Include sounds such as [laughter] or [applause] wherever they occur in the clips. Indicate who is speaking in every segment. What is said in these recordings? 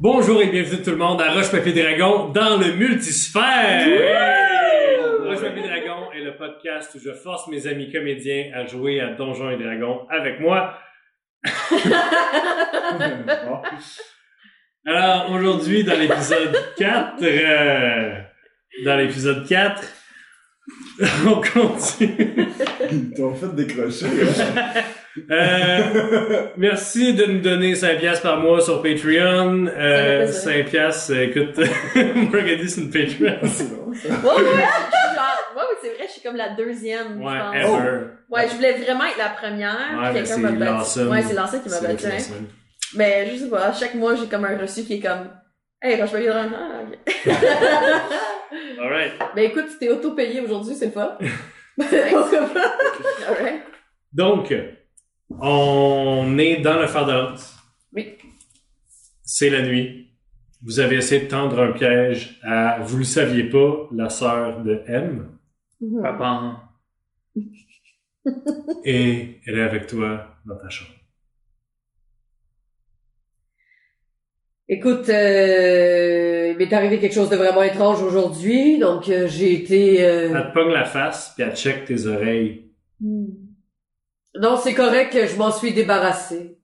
Speaker 1: Bonjour et bienvenue tout le monde à Roche Papier Dragon dans le multisphère. Roche Papier Dragon est le podcast où je force mes amis comédiens à jouer à Donjons et Dragons avec moi.
Speaker 2: Bon.
Speaker 1: Alors aujourd'hui dans
Speaker 3: [laughs]
Speaker 1: l'épisode 4, euh, dans l'épisode 4, [laughs] on continue.
Speaker 2: Ils t'ont fait décrocher. hein.
Speaker 1: Euh, Merci de nous donner 5 piastres par mois sur Patreon. Euh,
Speaker 3: Ça
Speaker 1: 5 piastres, euh, écoute, [laughs] regardez sur le Patreon.
Speaker 2: C'est bon, ça.
Speaker 3: Ouais, ouais, ouais, genre, ouais, ouais, c'est vrai, je suis comme la deuxième,
Speaker 1: Ouais,
Speaker 3: je pense. Oh!
Speaker 1: ever.
Speaker 3: Ouais, je voulais vraiment être la première.
Speaker 1: Ouais,
Speaker 3: puis quelqu'un
Speaker 1: mais
Speaker 3: m'a
Speaker 1: c'est
Speaker 3: battu.
Speaker 1: Lawson.
Speaker 3: Ouais, c'est Lawson qui m'a
Speaker 1: Ah, C'est
Speaker 3: battu.
Speaker 1: la
Speaker 3: hein.
Speaker 1: semaine.
Speaker 3: Mais je sais pas, à chaque mois, j'ai comme un reçu qui est comme, hey, quand je paye vraiment.
Speaker 1: [laughs]
Speaker 3: Ah, ok.
Speaker 1: Alright.
Speaker 3: Ben écoute, tu t'es auto-payé aujourd'hui, c'est
Speaker 1: [laughs]
Speaker 3: pas. Alright.
Speaker 1: Donc, on est dans le phare de lance.
Speaker 3: Oui.
Speaker 1: C'est la nuit. Vous avez essayé de tendre un piège à, vous le saviez pas, la sœur de M.
Speaker 3: Mhm.
Speaker 1: Ah.
Speaker 4: Papa.
Speaker 1: [laughs] Et elle est avec toi dans ta chambre.
Speaker 5: Écoute, euh, il m'est arrivé quelque chose de vraiment étrange aujourd'hui, donc euh, j'ai été... euh,
Speaker 1: Elle te pogne la face, puis elle check tes oreilles.
Speaker 3: Mhm.
Speaker 5: Non, c'est correct, je m'en suis débarrassée.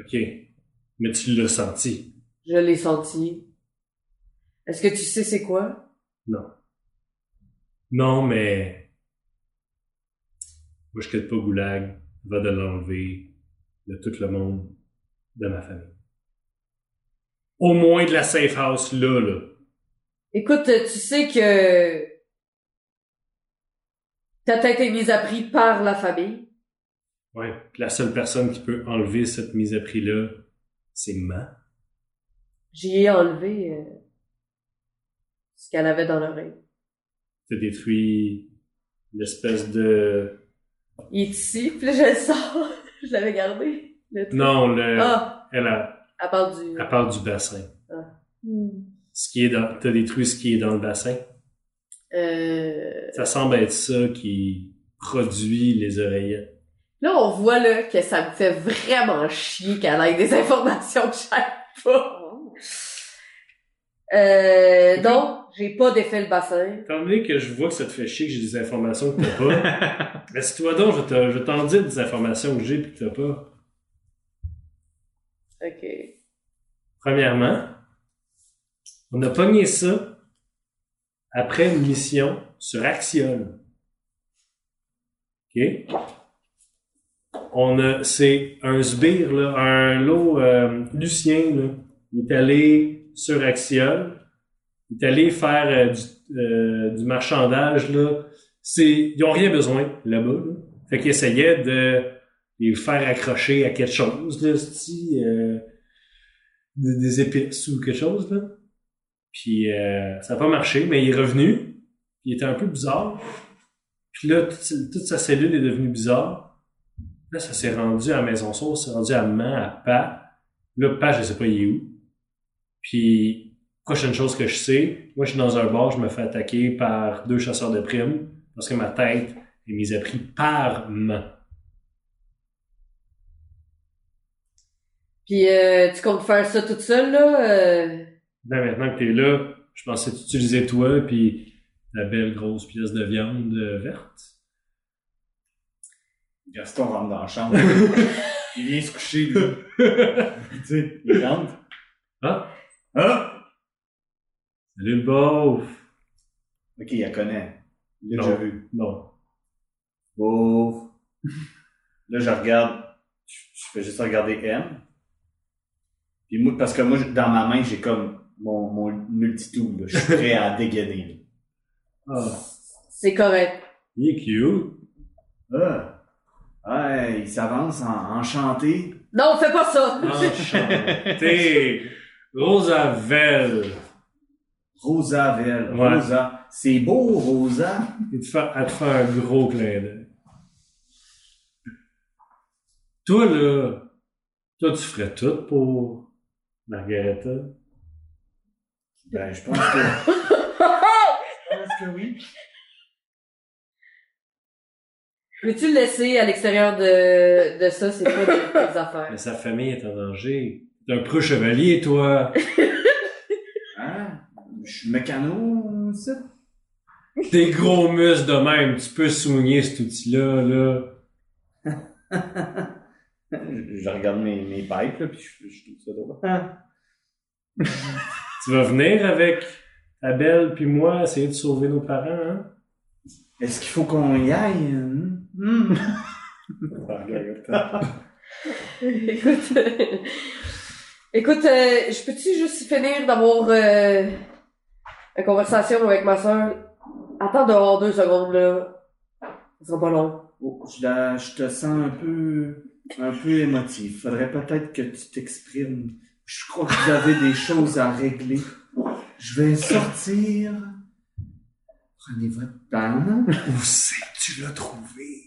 Speaker 1: OK. Mais tu l'as senti.
Speaker 5: Je l'ai senti. Est-ce que tu sais c'est quoi?
Speaker 1: Non, mais... Moi, je quitte pas Goulag. Va de l'enlever de tout le monde de ma famille. Au moins de la safe house, là, là.
Speaker 5: Écoute, euh, tu sais que... Ta tête est mise à prix par la famille.
Speaker 1: Ouais, puis la seule personne qui peut enlever cette mise à prix-là, c'est Ma.
Speaker 5: J'y ai enlevé euh, ce qu'elle avait dans l'oreille.
Speaker 1: T'as détruit l'espèce de...
Speaker 5: Il est ici, puis là, je le sors. [laughs] je l'avais gardé. le truc.
Speaker 1: Non, Ah. le...
Speaker 5: Ah,
Speaker 1: elle, a...
Speaker 5: à part du...
Speaker 1: elle parle du bassin.
Speaker 3: Hmm.
Speaker 1: Ce qui est dans... T'as détruit ce qui est dans le bassin.
Speaker 5: Euh...
Speaker 1: Ça semble être ça qui produit les oreillettes.
Speaker 5: Là, on voit là que ça me fait vraiment chier qu'elle ait des informations que j'aille pas. Euh, donc, j'ai pas défait le bassin.
Speaker 1: Étant donné que je vois que ça te fait chier que j'ai des informations que t'as pas, laisse-toi donc, je te- je vais t'en dire des informations que j'ai puis que t'as pas.
Speaker 5: Ok.
Speaker 1: Premièrement, on a pogné ça après une mission sur Axiom. OK? On a, c'est un sbire, là, un lot euh, Lucien, là. Il est allé sur Axiom. Il est allé faire euh, du, euh, du marchandage, là. C'est, ils ont rien besoin, là-bas, là. Fait qu'ils essayaient de les faire accrocher à quelque chose, là, c'ti, euh, des, des épices ou quelque chose, là. Puis euh, ça n'a pas marché, mais il est revenu. Il était un peu bizarre. Puis là, toute, sa- toute sa cellule est devenue bizarre. Là, ça s'est rendu à Maison Sauce, c'est rendu à Man, à Pat. Là, Pat, je sais pas, il est où. Puis, prochaine chose que je sais, moi, je suis dans un bar, je me fais attaquer par deux chasseurs de primes parce que ma tête est mise à prix par Man.
Speaker 5: Puis euh, tu comptes faire ça toute seule là euh...
Speaker 1: Là, Ben, maintenant que t'es là, je pensais t'utiliser toi puis la belle grosse pièce de viande euh, verte.
Speaker 2: Gaston rentre dans la chambre. Il vient se coucher, lui. tu sais, il rentre.
Speaker 1: Ah.
Speaker 2: Hein?
Speaker 1: Salut le beauf!
Speaker 2: Ok, il la connaît. Il l'a
Speaker 1: Non.
Speaker 2: déjà vu.
Speaker 1: Non.
Speaker 2: Beauf. Là, je regarde. Je je fais juste regarder M. Puis moi, parce que moi, je- dans ma main, j'ai comme mon, mon multitool. là. Je suis prêt à dégainer.
Speaker 1: Ah,
Speaker 5: C'est correct.
Speaker 1: il est cute.
Speaker 2: Ah. Ouais, il s'avance en- enchanté.
Speaker 5: Non, fais pas ça.
Speaker 1: Enchanté. Rosavel.
Speaker 2: Rosavel.
Speaker 1: Ouais.
Speaker 2: Rosa. C'est beau, Rosa.
Speaker 1: Il te fait, elle te fait un gros clin d'œil. Toi, là, toi, tu ferais tout pour hein? Margareta.
Speaker 2: Ben, je pense que. [laughs] je pense que oui.
Speaker 5: Peux-tu le laisser à l'extérieur de de ça C'est pas des, des affaires.
Speaker 1: Mais sa famille est en danger. T'es un pro chevalier, toi.
Speaker 2: Hein? suis mécano, ça.
Speaker 1: Tes gros muscles de même, tu peux souligner cet outil-là, là.
Speaker 2: Je, je regarde mes, mes pipes, là, puis je, je trouve ça drôle.
Speaker 1: Tu vas venir avec Abel puis moi essayer de sauver nos parents, hein?
Speaker 2: Est-ce qu'il faut qu'on y aille? hein? [laughs] Hmm. Ah, regarde, regarde.
Speaker 5: Écoute, euh, écoute, euh, je peux-tu juste finir d'avoir euh, une conversation avec ma soeur? Attends dehors deux secondes, là. Ce sera pas long.
Speaker 2: Oh, je, la- je te sens un peu, un peu émotif. Faudrait peut-être que tu t'exprimes. Je crois que vous avez des choses à régler. Je vais sortir. Prenez votre temps.
Speaker 1: Où c'est que tu l'as trouvé?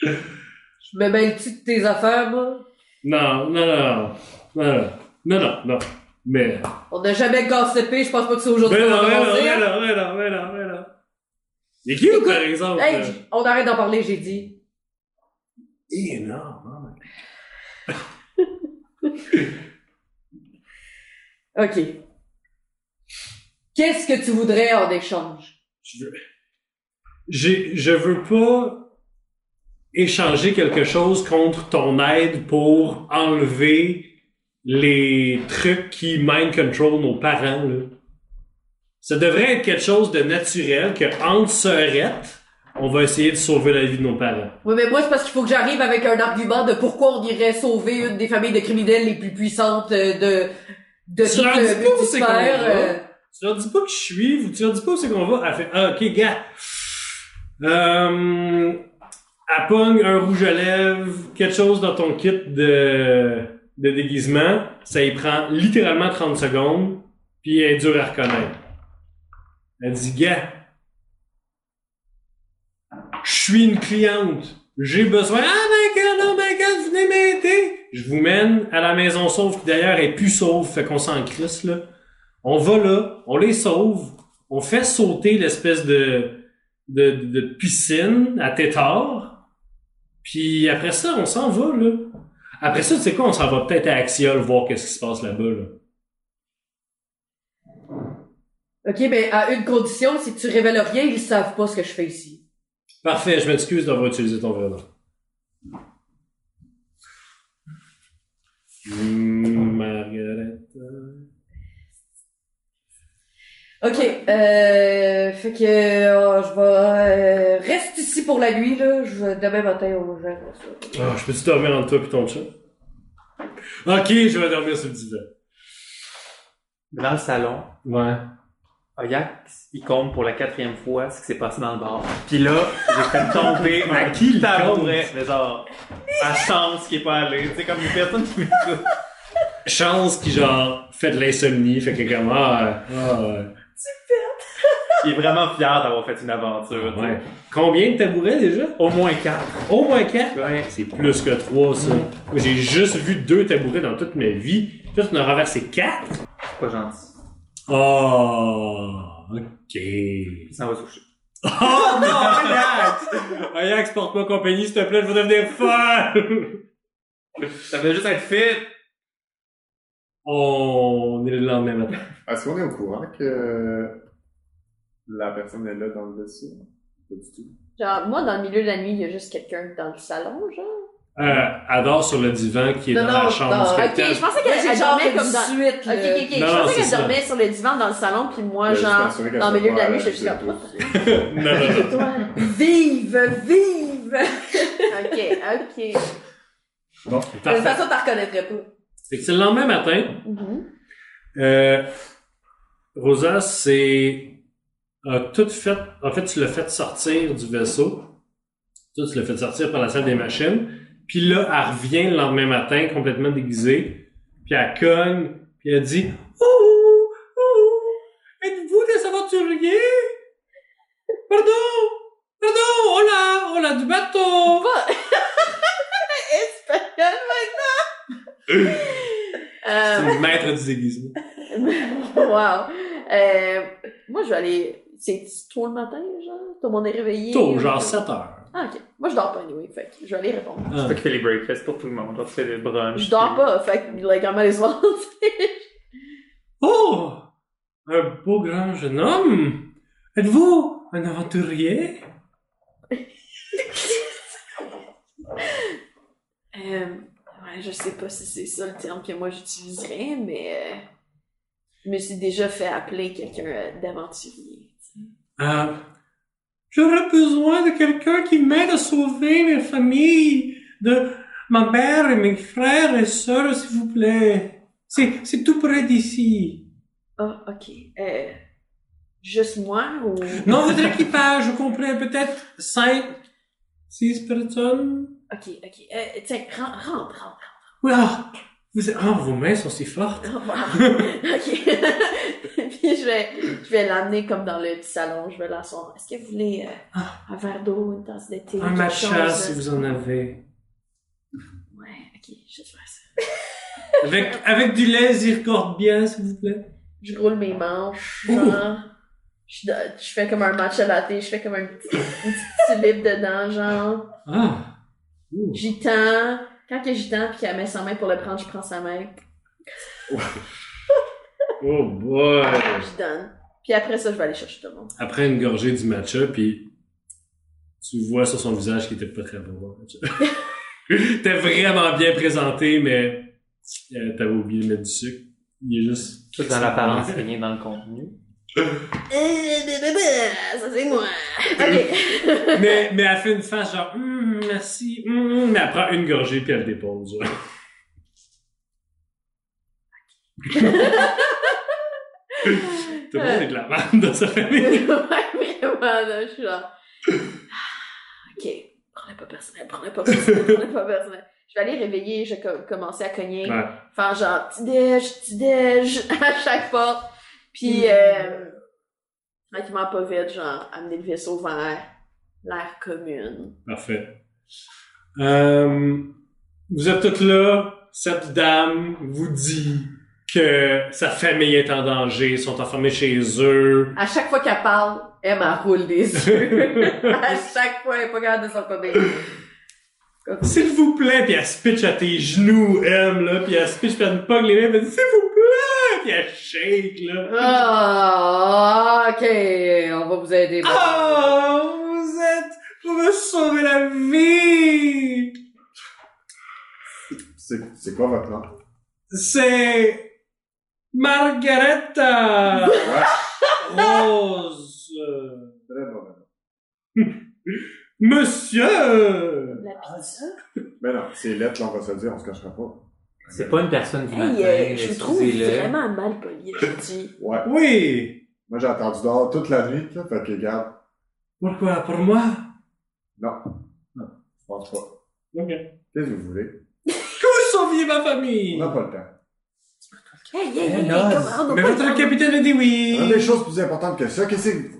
Speaker 5: Je me mêle-tu de tes affaires, moi?
Speaker 1: Non, non, non, non, non, non, non, non. Mais.
Speaker 5: On n'a jamais gossipé, je pense pas que c'est aujourd'hui
Speaker 1: Mais
Speaker 5: qu'on
Speaker 1: non,
Speaker 5: va hein?
Speaker 1: mais non,
Speaker 5: commencer.
Speaker 1: mais non, mais non, mais non, mais non. Il est cute, par exemple.
Speaker 5: Hey,
Speaker 1: là.
Speaker 5: on arrête d'en parler, j'ai dit.
Speaker 1: Il est énorme, hein?
Speaker 5: OK. Qu'est-ce que tu voudrais en échange?
Speaker 1: Je veux. J'ai, je veux pas échanger quelque chose contre ton aide pour enlever les trucs qui mind control nos parents, là. Ça devrait être quelque chose de naturel que, entre sœurettes, on va essayer de sauver la vie de nos parents.
Speaker 5: Oui, mais moi, c'est parce qu'il faut que j'arrive avec un argument de pourquoi on irait sauver une des familles de criminels les plus puissantes euh, de, de
Speaker 1: Tu leur dis pas où c'est qu'on
Speaker 5: multisphère,
Speaker 1: va?
Speaker 5: euh,
Speaker 1: Tu leur dis pas que je suis, ou tu leur dis pas où c'est qu'on va. Elle fait, ah, ok, gars. Euh, elle pogne un rouge à lèvres, quelque chose dans ton kit de, de déguisement. Ça y prend littéralement 30 secondes, puis elle est dure à reconnaître. Elle dit, gars, je suis une cliente. J'ai besoin. Ah, my god, oh my god, venez m'aider. Je vous mène à la maison sauve, qui d'ailleurs est plus sauve, fait qu'on s'en crisse, là. On va là, on les sauve, on fait sauter l'espèce de, de, de piscine à tétard, puis après ça, on s'en va, là. Après ça, tu sais quoi, on s'en va peut-être à Axiol voir qu'est-ce qui se passe là-bas, là.
Speaker 5: OK, mais à une condition, c'est que tu révèles rien, ils savent pas ce que je fais ici.
Speaker 1: Parfait, je m'excuse d'avoir utilisé ton verre Mmh, Margaret.
Speaker 5: OK, euh, fait que euh, je vais... euh, reste ici pour la nuit, là. Je, vais- demain matin, on va faire ça.
Speaker 1: Ah, je peux-tu dormir entre toi et ton chat? Ok, je vais dormir sur le divan.
Speaker 4: Dans le salon,
Speaker 1: Ouais.
Speaker 4: Oyax, il compte pour la quatrième fois ce qui s'est passé dans le bar. Puis là, j'ai fait [laughs] tomber
Speaker 1: À
Speaker 4: un
Speaker 1: qui il
Speaker 4: tabouret, mais genre, à chance qu'il est pas allé. C'est comme une personne qui m'écoute.
Speaker 1: Chance qui, genre, fait de l'insomnie, fait que comme, ah, ouais, ah, ouais.
Speaker 4: Il est vraiment fier d'avoir fait une aventure. tu sais.
Speaker 1: Ouais. Combien de tabourets déjà?
Speaker 4: Au moins quatre.
Speaker 1: Au moins 4?
Speaker 4: Ouais.
Speaker 1: C'est plus que 3, ça. Moi, J'ai juste vu deux tabourets dans toute ma vie. Toi, tu en as renversé 4?
Speaker 4: C'est Pas gentil.
Speaker 1: Oh, ok.
Speaker 4: Il s'en va se coucher.
Speaker 1: Oh non, Ajax! Ajax, porte-moi compagnie, s'il te plaît, je vais devenir folle!
Speaker 4: Ça veut juste être fit.
Speaker 1: [laughs] On est le lendemain matin.
Speaker 6: Est-ce qu'on est au courant que la personne est là dans le vaisseau? Pas du tout.
Speaker 3: Genre, moi, dans le milieu de la nuit, il y a juste quelqu'un dans le salon, genre.
Speaker 1: Euh, adore sur le divan qui est
Speaker 5: Non,
Speaker 1: dans la
Speaker 5: non,
Speaker 1: chambre
Speaker 5: non,
Speaker 1: du
Speaker 3: Ok,
Speaker 1: spectacle.
Speaker 3: je pensais qu'elle elle dormait comme dans.
Speaker 5: suite,
Speaker 3: Ok, ok, ok.
Speaker 1: Non,
Speaker 3: je
Speaker 1: non,
Speaker 3: pensais
Speaker 1: c'est
Speaker 3: qu'elle
Speaker 1: ça.
Speaker 3: dormait sur le divan dans le salon, puis moi,
Speaker 6: Je suis
Speaker 3: genre.
Speaker 6: assuré qu'elle
Speaker 3: dans le
Speaker 6: soit
Speaker 3: milieu de la
Speaker 6: pas
Speaker 3: nuit,
Speaker 6: à
Speaker 3: j'étais juste
Speaker 6: l'aise
Speaker 3: comme-
Speaker 6: de tout.
Speaker 1: Non, non,
Speaker 5: [laughs]
Speaker 1: non.
Speaker 3: Toi.
Speaker 5: Vive, vive! [laughs]
Speaker 3: ok, ok.
Speaker 5: De toute
Speaker 1: Parfait.
Speaker 5: façon, t'en reconnaîtrais pas.
Speaker 1: Fait que C'est le lendemain matin.
Speaker 3: Mhm.
Speaker 1: Euh, Rosa, c'est a tout fait. En fait, tu l'as fait sortir du vaisseau. Toi, tu l'as fait sortir par la salle des machines. Puis là, elle revient le lendemain matin, complètement déguisée. Puis elle cogne. Puis elle dit Oh, oh, oh, êtes-vous des aventuriers Pardon, pardon, hola, hola du bateau.
Speaker 3: [laughs] Espagnol
Speaker 1: C'est
Speaker 3: maintenant!
Speaker 1: le maître du déguisement.
Speaker 3: euh, wow. Euh, moi, je vais aller. C'est tôt le matin, genre? Tout le monde est réveillé.
Speaker 1: Tôt, genre 7 heures.
Speaker 3: Ah, ok. Moi, je dors pas anyway, fait que je vais aller répondre.
Speaker 1: Ah.
Speaker 4: Toi qui fais les breakfasts pour tout le monde, toi tu fais les brunchs.
Speaker 3: Ah, Je dors pas, fait que, like, vraiment les soirs, [laughs] tu sais.
Speaker 1: Oh! Un beau grand jeune homme! Êtes-vous un aventurier?
Speaker 3: Euh, ouais, je sais pas si c'est ça le terme que moi j'utiliserais, mais euh, je me suis déjà fait appeler quelqu'un euh, d'aventurier.
Speaker 1: Euh, J'aurais besoin de quelqu'un qui m'aide à sauver mes familles, de ma mère et mes frères et sœurs, s'il vous plaît. C'est c'est tout près d'ici.
Speaker 3: Ah, ok. Euh, juste moi ou.
Speaker 1: Non, votre équipage, vous comprenez, peut-être cinq, six personnes?
Speaker 3: Ok, ok. Euh, tiens, rentre, rentre, rentre. [laughs]
Speaker 1: Ouah, vous êtes- ah, vos mains sont si fortes.
Speaker 3: Au revoir. ok. [laughs] Puis je vais, je vais l'amener comme dans le petit salon. Je vais l'asseoir. Est-ce que vous voulez euh,
Speaker 1: Ah.
Speaker 3: un verre d'eau, une tasse de thé?
Speaker 1: Un
Speaker 3: quelque
Speaker 1: matcha,
Speaker 3: chose?
Speaker 1: si Ah, vous en avez.
Speaker 3: Ouais, ok, je vais faire ça.
Speaker 1: Avec, avec du lait, y recorde bien, s'il vous plaît.
Speaker 3: Je roule mes manches,
Speaker 1: Ouh.
Speaker 3: genre. Je, do- je fais comme un matcha latte, je fais comme un petit, une petite tulipe dedans, genre.
Speaker 1: Ah. Ouh.
Speaker 3: J'y tends. Quand que j'y tends puis qu'elle met sa main pour le prendre, je prends sa main,
Speaker 1: Oh boy.
Speaker 3: je donne. Puis après ça, je vais aller chercher tout le monde.
Speaker 1: Après une gorgée du matcha, puis tu vois sur son visage qu'il était pas très bon. matcha. [laughs] T'es vraiment bien présenté, mais euh, t'avais oublié de mettre du sucre. Il est juste...
Speaker 4: Tout dans l'apparence, rien dans le contenu.
Speaker 3: Euh, Ça c'est moi. Ok.
Speaker 1: mais, mais elle fait une face genre, Hum, merci, hum, mais elle prend une gorgée puis elle dépose. genre. Tout le monde est de la merde dans sa famille.
Speaker 3: [laughs] ouais, vraiment, là, je suis là. Ah, ok, prends-le pas personnel, prends-le pas personnel, prends-le pas personnel. Je vais aller réveiller, je vais com- commencer à cogner.
Speaker 1: Ouais.
Speaker 3: Faire genre, petit déj, petit déj, [laughs] à chaque porte. Puis, euh, tranquillement, pas vite, genre, amener le vaisseau vers l'air commune.
Speaker 1: Parfait. Euh, vous êtes toutes là. Cette dame vous dit que sa famille est en danger, ils sont enfermés chez eux.
Speaker 5: À chaque fois qu'elle parle, elle m'en roule des yeux. à chaque fois, elle est pas capable de s'en convaincre.
Speaker 1: S'il vous plaît, puis elle se pitch à tes genoux, M, là, puis elle se pitch, puis elle te pogne les mains, puis elle dit, s'il vous plaît, puis elle shake, là.
Speaker 5: Ah, ok, on va vous aider.
Speaker 1: Oh, vous êtes, vous me sauvez la vie!
Speaker 6: C'est c'est quoi
Speaker 3: [laughs]
Speaker 6: votre nom?
Speaker 1: C'est Margareta
Speaker 6: Ouais,
Speaker 1: Rose.
Speaker 6: très mauvais nom.
Speaker 1: Monsieur!
Speaker 3: La pizza?
Speaker 6: Mais non, c'est lettre, là, on va se le dire, on se cachera pas.
Speaker 4: C'est pas une personne du matin,
Speaker 3: Hey, euh, je me trouve
Speaker 4: Ah, excusez-le.
Speaker 3: vraiment mal poli aujourd'hui.
Speaker 6: Ouais.
Speaker 1: Oui!
Speaker 6: Moi, j'ai attendu dehors toute la nuit, là, fait que, regarde,
Speaker 1: Pourquoi? Pour moi?
Speaker 6: non. Non, je pense pas.
Speaker 1: Ok.
Speaker 6: Qu'est-ce que vous voulez?
Speaker 1: Que vous sauviez ma famille!
Speaker 6: On n'a pas le temps.
Speaker 3: Hey, hey, hey,
Speaker 4: Hey,
Speaker 3: hey,
Speaker 4: Noz.
Speaker 3: comment on
Speaker 1: Mais
Speaker 3: a pas
Speaker 1: votre
Speaker 3: le temps?
Speaker 1: capitaine a dit oui!
Speaker 6: On a
Speaker 1: [laughs]
Speaker 6: des choses plus importantes que ça, qu'est-ce que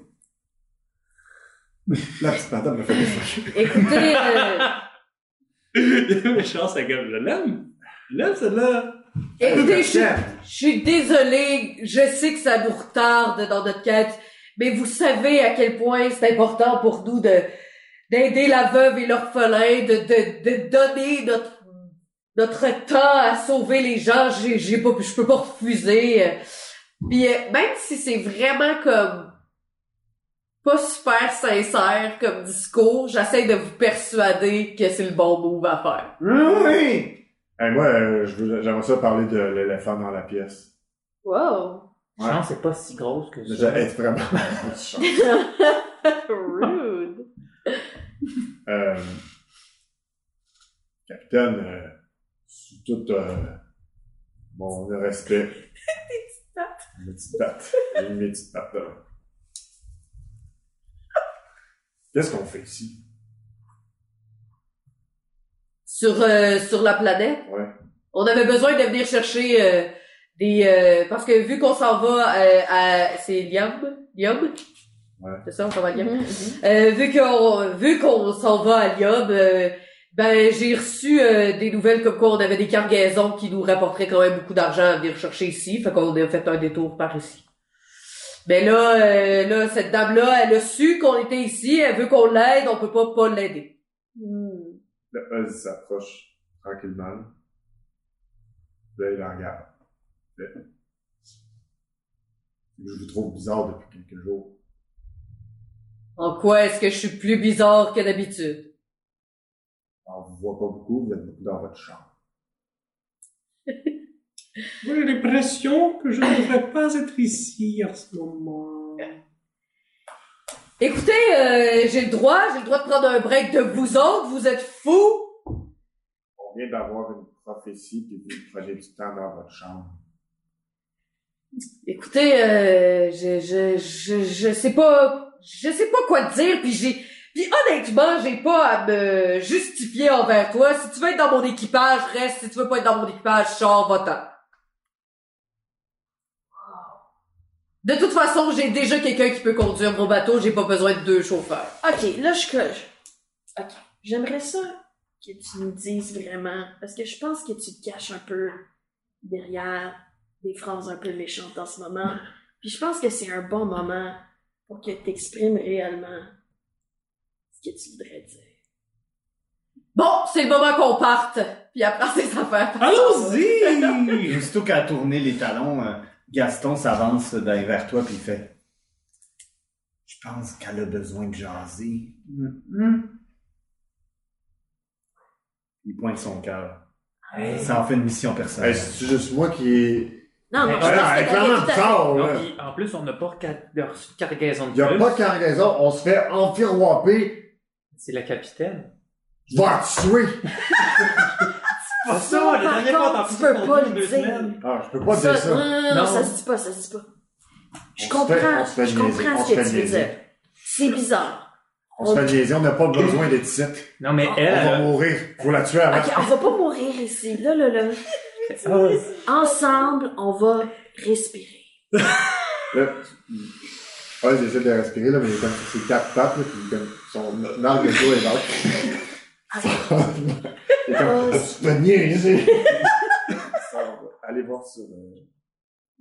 Speaker 6: La petite madame me fait des
Speaker 3: [laughs]
Speaker 6: trucs.
Speaker 5: Écoutez, euh,
Speaker 1: Méchant, ça gueule. Je l'aime! Je l'aime, celle-là!
Speaker 5: écoutez, je suis-
Speaker 6: Chef!
Speaker 5: je suis désolée, je sais que ça vous retarde dans notre quête, mais vous savez à quel point c'est important pour nous de d'aider la veuve et l'orphelin, de, de, de donner notre notre temps à sauver les gens. J'ai, j'ai pas, je peux pas refuser. Puis euh, même si c'est vraiment comme pas super sincère comme discours, j'essaie de vous persuader que c'est le bon move à faire.
Speaker 6: Oui! Hey, moi, euh, je veux- j'aimerais ça parler de l'éléphant dans la pièce.
Speaker 3: Wow.
Speaker 4: Je pense que c'est pas si grosse que
Speaker 6: J'ai
Speaker 4: ça.
Speaker 6: hey, c'est vraiment...
Speaker 3: Rude.
Speaker 6: Euh, capitaine, euh, sous tout euh, mon [laughs] respect. Mes petites pattes. Mes petites pattes. Mes petites pattes. euh. Qu'est-ce qu'on fait ici?
Speaker 5: sur euh, sur la planète.
Speaker 6: Ouais.
Speaker 5: On avait besoin de venir chercher euh, des euh, parce que vu qu'on s'en va euh, à c'est Liam, Liam.
Speaker 6: Ouais.
Speaker 5: C'est ça, on s'en va à Liam.
Speaker 3: Mhm.
Speaker 5: Euh, vu qu'on vu qu'on s'en va à Liam, euh, ben j'ai reçu euh, des nouvelles comme quoi on avait des cargaisons qui nous rapporteraient quand même beaucoup d'argent à venir chercher ici, fait qu'on a fait un détour par ici. Mais là, euh, là, cette dame-là, elle a su qu'on était ici, elle veut qu'on l'aide, on peut pas pas l'aider.
Speaker 3: Hmm.
Speaker 6: Le Oz s'approche tranquillement. Là, il la regarde. Fait, Je vous trouve bizarre depuis quelques jours.
Speaker 5: En quoi est-ce que je suis plus bizarre que d'habitude?
Speaker 6: On vous voit pas beaucoup, vous êtes beaucoup dans votre chambre.
Speaker 1: J'ai l'impression que je ne devrais pas être ici en ce moment.
Speaker 5: Écoutez, euh, j'ai le droit, j'ai le droit de prendre un break de vous autres, vous êtes fous!
Speaker 6: On vient d'avoir une prophétie, puis vous prenez du temps dans votre chambre.
Speaker 5: Écoutez, euh, je, je, je, je sais pas, je sais pas quoi te dire, puis j'ai, puis honnêtement, j'ai pas à me justifier envers toi. Si tu veux être dans mon équipage, reste. Si tu veux pas être dans mon équipage, sors, va-t'en. De toute façon, j'ai déjà quelqu'un qui peut conduire mon bateau. J'ai pas besoin de deux chauffeurs.
Speaker 3: Ok, là, je coche. Ok. J'aimerais ça que tu nous dises vraiment, parce que je pense que tu te caches un peu derrière des phrases un peu méchantes en ce moment. Puis je pense que c'est un bon moment pour que tu exprimes réellement ce que tu voudrais dire.
Speaker 5: Bon, c'est le moment qu'on parte. Puis après ces affaires.
Speaker 1: Allons-y!
Speaker 2: Et aussitôt qu'à tourner les talons, euh, Gaston s'avance dans- vers toi puis il fait Je pense qu'elle a besoin de jaser. Mm-hmm. Il pointe son cœur. Ça en fait une mission personnelle.
Speaker 6: Hey, c'est juste moi qui est.
Speaker 3: Non, non,
Speaker 4: Mais
Speaker 3: je
Speaker 6: Ouais,
Speaker 3: pense
Speaker 4: voilà,
Speaker 3: que
Speaker 6: elle est
Speaker 3: t'as
Speaker 6: clairement
Speaker 3: tout à fait-
Speaker 6: bizarre,
Speaker 4: Donc,
Speaker 6: là.
Speaker 4: il- en plus, on n'a pas reca- de- reçu de cargaison de
Speaker 6: Il n'y a
Speaker 4: plus.
Speaker 6: pas de cargaison, on se fait enfirouapper,
Speaker 4: C'est la capitaine.
Speaker 6: je vais te tuer!
Speaker 1: Ah,
Speaker 4: Pas
Speaker 3: ça, par contre, tu peux pas le dire.
Speaker 6: Ah, je peux pas
Speaker 3: ça,
Speaker 6: dire ça.
Speaker 3: Non, non, non,
Speaker 4: Non.
Speaker 3: ça se dit pas, ça se dit pas. Je
Speaker 6: On se
Speaker 3: comprends,
Speaker 6: fait- on se fait
Speaker 3: je
Speaker 6: niaiser,
Speaker 3: comprends
Speaker 6: on
Speaker 3: ce
Speaker 6: se
Speaker 3: que
Speaker 6: fait
Speaker 3: tu veux
Speaker 6: niaiser.
Speaker 3: dire. C'est bizarre.
Speaker 6: On se fait niaiser, on n'a pas besoin d'être ici.
Speaker 4: Non, mais elle,
Speaker 6: Ah,
Speaker 4: elle
Speaker 6: On va
Speaker 4: a-
Speaker 6: mourir, faut la tuer avant.
Speaker 3: Ok, on va pas mourir ici. Là, là, là. Ensemble, on va respirer.
Speaker 6: Là, ouais, j'essaie de respirer, là, mais il est comme sur ses quatre pattes, là, puis comme son arbre de dos est [laughs] mort. Il est
Speaker 3: Oh,
Speaker 6: comme, tu peux niaiser! Ça, on va [laughs] Allez voir sur euh,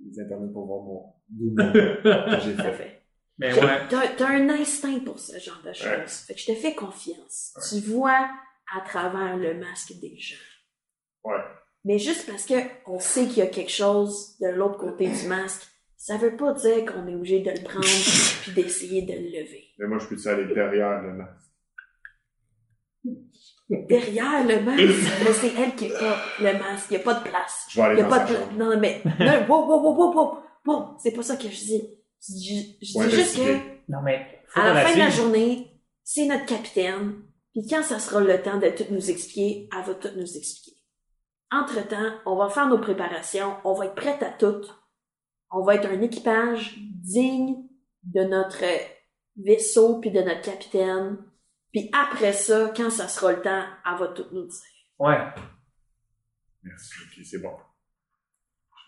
Speaker 6: les internets pour voir mon double que j'ai fait.
Speaker 3: Parfait.
Speaker 4: Mais ouais.
Speaker 3: T'as t'as un instinct pour ce genre de choses.
Speaker 6: Ben Ouais.
Speaker 3: Fait que je te fais confiance. Tu vois à travers le masque des gens.
Speaker 6: Ouais.
Speaker 3: Mais juste parce que on sait qu'il y a quelque chose de l'autre côté du masque, ça veut pas dire qu'on est obligé de le prendre
Speaker 6: [laughs]
Speaker 3: puis d'essayer de le lever.
Speaker 6: Mais moi, je peux-tu aller derrière le masque?
Speaker 3: Derrière le
Speaker 6: [laughs]
Speaker 3: masque, mais c'est elle qui est pas le masque. Il n'y a pas de place.
Speaker 6: Je vais
Speaker 3: Il n'y
Speaker 6: aller
Speaker 3: a
Speaker 6: dans
Speaker 3: pas
Speaker 6: sa
Speaker 3: de
Speaker 6: chambre.
Speaker 3: place. Non,
Speaker 4: [laughs]
Speaker 3: mais. Non, wow, wow, wow, wow, wow. Wow, c'est pas ça que je dis. Je, dis- je
Speaker 6: Ouais, ben,
Speaker 3: dis juste que.
Speaker 6: investiguer.
Speaker 4: Non, mais. faut
Speaker 3: À la,
Speaker 4: qu'on
Speaker 3: fin de la
Speaker 4: suive.
Speaker 3: journée, c'est notre capitaine. Puis quand ça sera le temps de tout nous expliquer, elle va tout nous expliquer. Entre-temps, on va faire nos préparations, on va être prête à tout. On va être un équipage digne de notre vaisseau puis de notre capitaine. Puis après ça, quand ça sera le temps, elle va tout nous dire.
Speaker 4: Ouais.
Speaker 6: Merci, ok, c'est bon.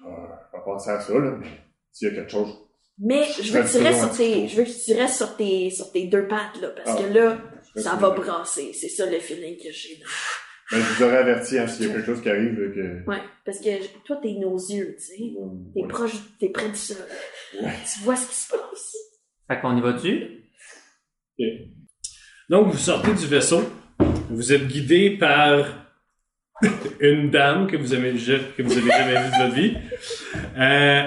Speaker 6: Je vais- je vais penser à ça, là, mais s'il y a quelque chose,
Speaker 3: Mais
Speaker 6: Je
Speaker 3: je veux que tu
Speaker 6: serais
Speaker 3: restes
Speaker 6: toujours
Speaker 3: sur tes,
Speaker 6: un petit
Speaker 3: je veux que tu restes sur tes, sur tes deux pattes, là, parce
Speaker 6: Ah.
Speaker 3: que là,
Speaker 6: je
Speaker 3: ça
Speaker 6: reste
Speaker 3: va
Speaker 6: là.
Speaker 3: brasser. C'est ça le feeling que j'ai. là.
Speaker 6: Ben, je vous aurais averti, hein, s'il y a quelque chose qui arrive, là, que...
Speaker 3: Ouais, parce que j- toi, t'es nos yeux, tu sais. T'es
Speaker 6: Ouais.
Speaker 3: proche, t'es près du sol.
Speaker 6: Ouais.
Speaker 3: Tu vois ce qui se passe.
Speaker 4: Fait qu'on y va dessus.
Speaker 1: Donc, vous sortez du vaisseau. Vous êtes guidé par [laughs] une dame que vous avez, ja- que vous avez jamais vue de votre vie. Euh,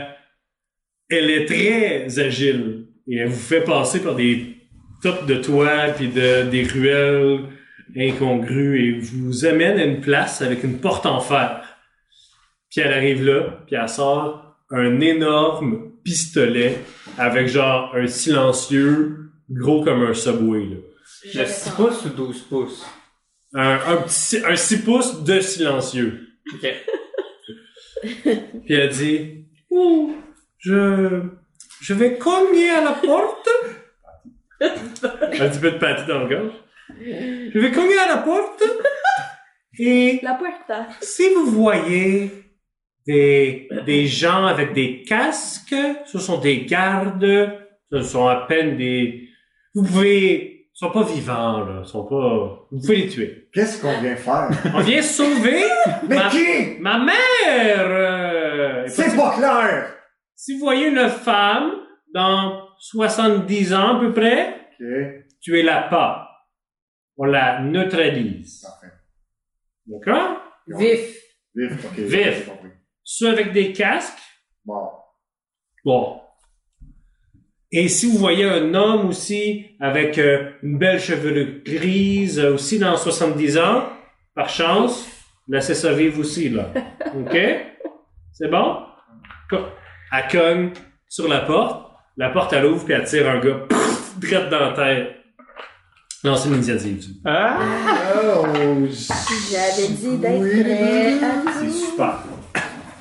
Speaker 1: elle est très agile et elle vous fait passer par des tops de toit puis de, des ruelles incongrues et vous amène à une place avec une porte en fer. Puis elle arrive là, puis elle sort un énorme pistolet avec genre un silencieux gros comme un subway. Là.
Speaker 4: Le 6 pouces ou 12 pouces?
Speaker 1: Un, un petit, un 6 pouces de silencieux.
Speaker 4: Ok.
Speaker 1: [laughs] Puis elle dit, Ouh, je, je vais cogner à la
Speaker 4: [laughs]
Speaker 1: porte. Un petit peu de pâté dans le gorge. Je vais cogner à la porte. Et
Speaker 3: La puerta.
Speaker 1: si vous voyez des, des gens avec des casques, ce sont des gardes, ce sont à peine des... Vous pouvez... Ils sont pas vivants, là. Ils sont pas... Vous pouvez les tuer.
Speaker 6: Qu'est-ce qu'on
Speaker 3: [laughs]
Speaker 6: vient faire?
Speaker 1: On vient sauver
Speaker 6: Mais
Speaker 1: Ma-
Speaker 6: qui?
Speaker 1: ma mère! euh, est
Speaker 6: C'est
Speaker 3: Ben,
Speaker 1: partie-
Speaker 6: pas clair!
Speaker 1: Si vous voyez une femme dans 70 ans à peu près,
Speaker 6: Ok.
Speaker 1: tu es la pas. On la neutralise.
Speaker 6: Parfait.
Speaker 1: D'accord?
Speaker 5: Vif.
Speaker 6: Vif. Ok.
Speaker 1: Vif.
Speaker 6: j'ai compris.
Speaker 1: Ceux avec des casques,
Speaker 6: Mort.
Speaker 1: Bon. Et si vous voyez un homme aussi avec euh, une belle chevelure grise, euh, aussi dans 70 ans, par chance, laissez ça vivre aussi, là. OK? C'est bon? Co- Elle cogne sur la porte. La porte, elle ouvre, puis elle tire un gars, pff, direct dans la tête. Lancez une initiative. s'il vous plaît.
Speaker 4: Ah!
Speaker 6: Oh,
Speaker 3: J'avais dit d'être
Speaker 6: Oui.
Speaker 3: prêt à
Speaker 2: C'est
Speaker 3: tout.
Speaker 2: super.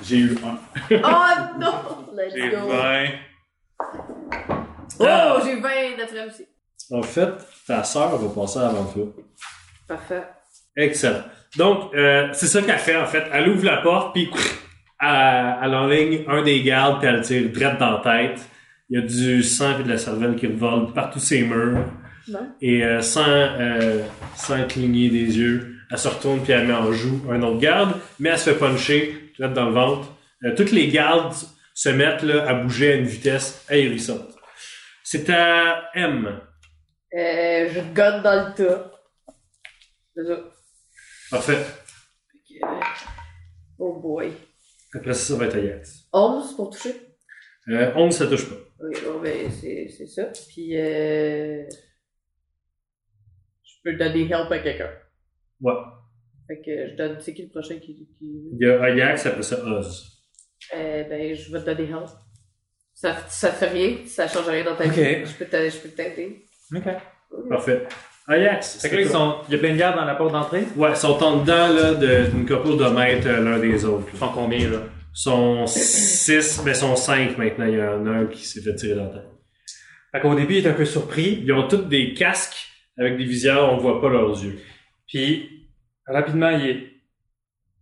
Speaker 2: J'ai eu un.
Speaker 3: Oh
Speaker 5: [laughs]
Speaker 3: non! Let's
Speaker 4: J'ai
Speaker 3: go!
Speaker 4: 20.
Speaker 5: Oh, j'ai 20 d'attrape aussi.
Speaker 1: En fait, ta sœur va passer avant toi.
Speaker 5: Parfait.
Speaker 1: Excellent. Donc, euh, c'est ça qu'elle fait, en fait. Elle ouvre la porte, puis elle, elle enligne un des gardes, puis elle tire direct dans la tête. Il y a du sang et de la cervelle qui revole partout ses murs.
Speaker 3: Non.
Speaker 1: Et euh, sans, euh, sans cligner des yeux, elle se retourne, puis elle met en joue un autre garde, mais elle se fait puncher direct dans le ventre. Euh, toutes les gardes se mettent là, à bouger à une vitesse ahurissante. C'est à M.
Speaker 5: Euh, je gonne dans le tas. C'est ça.
Speaker 1: Parfait.
Speaker 5: Fait que, euh, Oh boy.
Speaker 1: Après ça, ça va être à Yatz.
Speaker 5: 11 pour toucher.
Speaker 1: Euh, 11, ça touche pas.
Speaker 5: Oui, bon, ben, c'est c'est ça. Puis, euh, je peux donner help à quelqu'un.
Speaker 1: Ouais.
Speaker 5: Fait que je donne, c'est qui le prochain qui. qui...
Speaker 1: Il y a Ajax, après ça Oz.
Speaker 5: Euh, ben, je vais te donner help. Ça, ça fait rien, ça change rien dans ta
Speaker 4: Ok.
Speaker 5: vie. Je peux t'a- je peux t'aider.
Speaker 4: OK.
Speaker 1: Parfait. Ajax.
Speaker 4: Fait que là, ils sont... il y a plein de gardes dans la porte d'entrée.
Speaker 1: Ouais, ils sont en dedans là, de- d'une couple de mètres euh, l'un des autres.
Speaker 4: Ils
Speaker 1: là.
Speaker 4: sont combien, là?
Speaker 1: Ils sont six, mais ils sont cinq maintenant. Il y en a un qui s'est fait tirer dans la tête.
Speaker 4: Fait qu'au début, il est un peu surpris.
Speaker 1: Ils ont tous des casques avec des visières, on voit pas leurs yeux.
Speaker 4: Puis, rapidement, il est...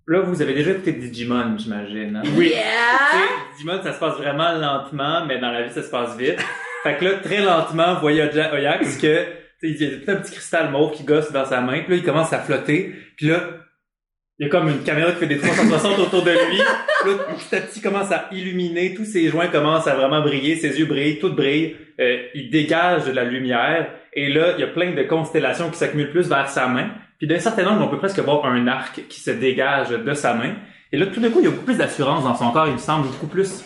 Speaker 4: Là, vous avez déjà écouté Digimon, j'imagine. hein?
Speaker 1: Oui.
Speaker 4: Tu sais,
Speaker 3: Yeah!
Speaker 4: Digimon, ça se passe vraiment lentement, mais dans la vie, ça se passe vite. Fait que là, très lentement, vous voyez Oja- Oyax que, tu sais, il y a tout un petit cristal mauve qui gosse dans sa main, puis là, il commence à flotter, puis là, il y a comme une caméra qui fait des 360 autour de lui. Là, tout à petit, il commence à illuminer, tous ses joints commencent à vraiment briller, ses yeux brillent, tout brille, Euh, il dégage de la lumière, et là, il y a plein de constellations qui s'accumulent plus vers sa main, puis d'un certain angle, on peut presque voir un arc qui se dégage de sa main, et là, tout d'un coup, il y a beaucoup plus d'assurance dans son corps. Il me semble beaucoup plus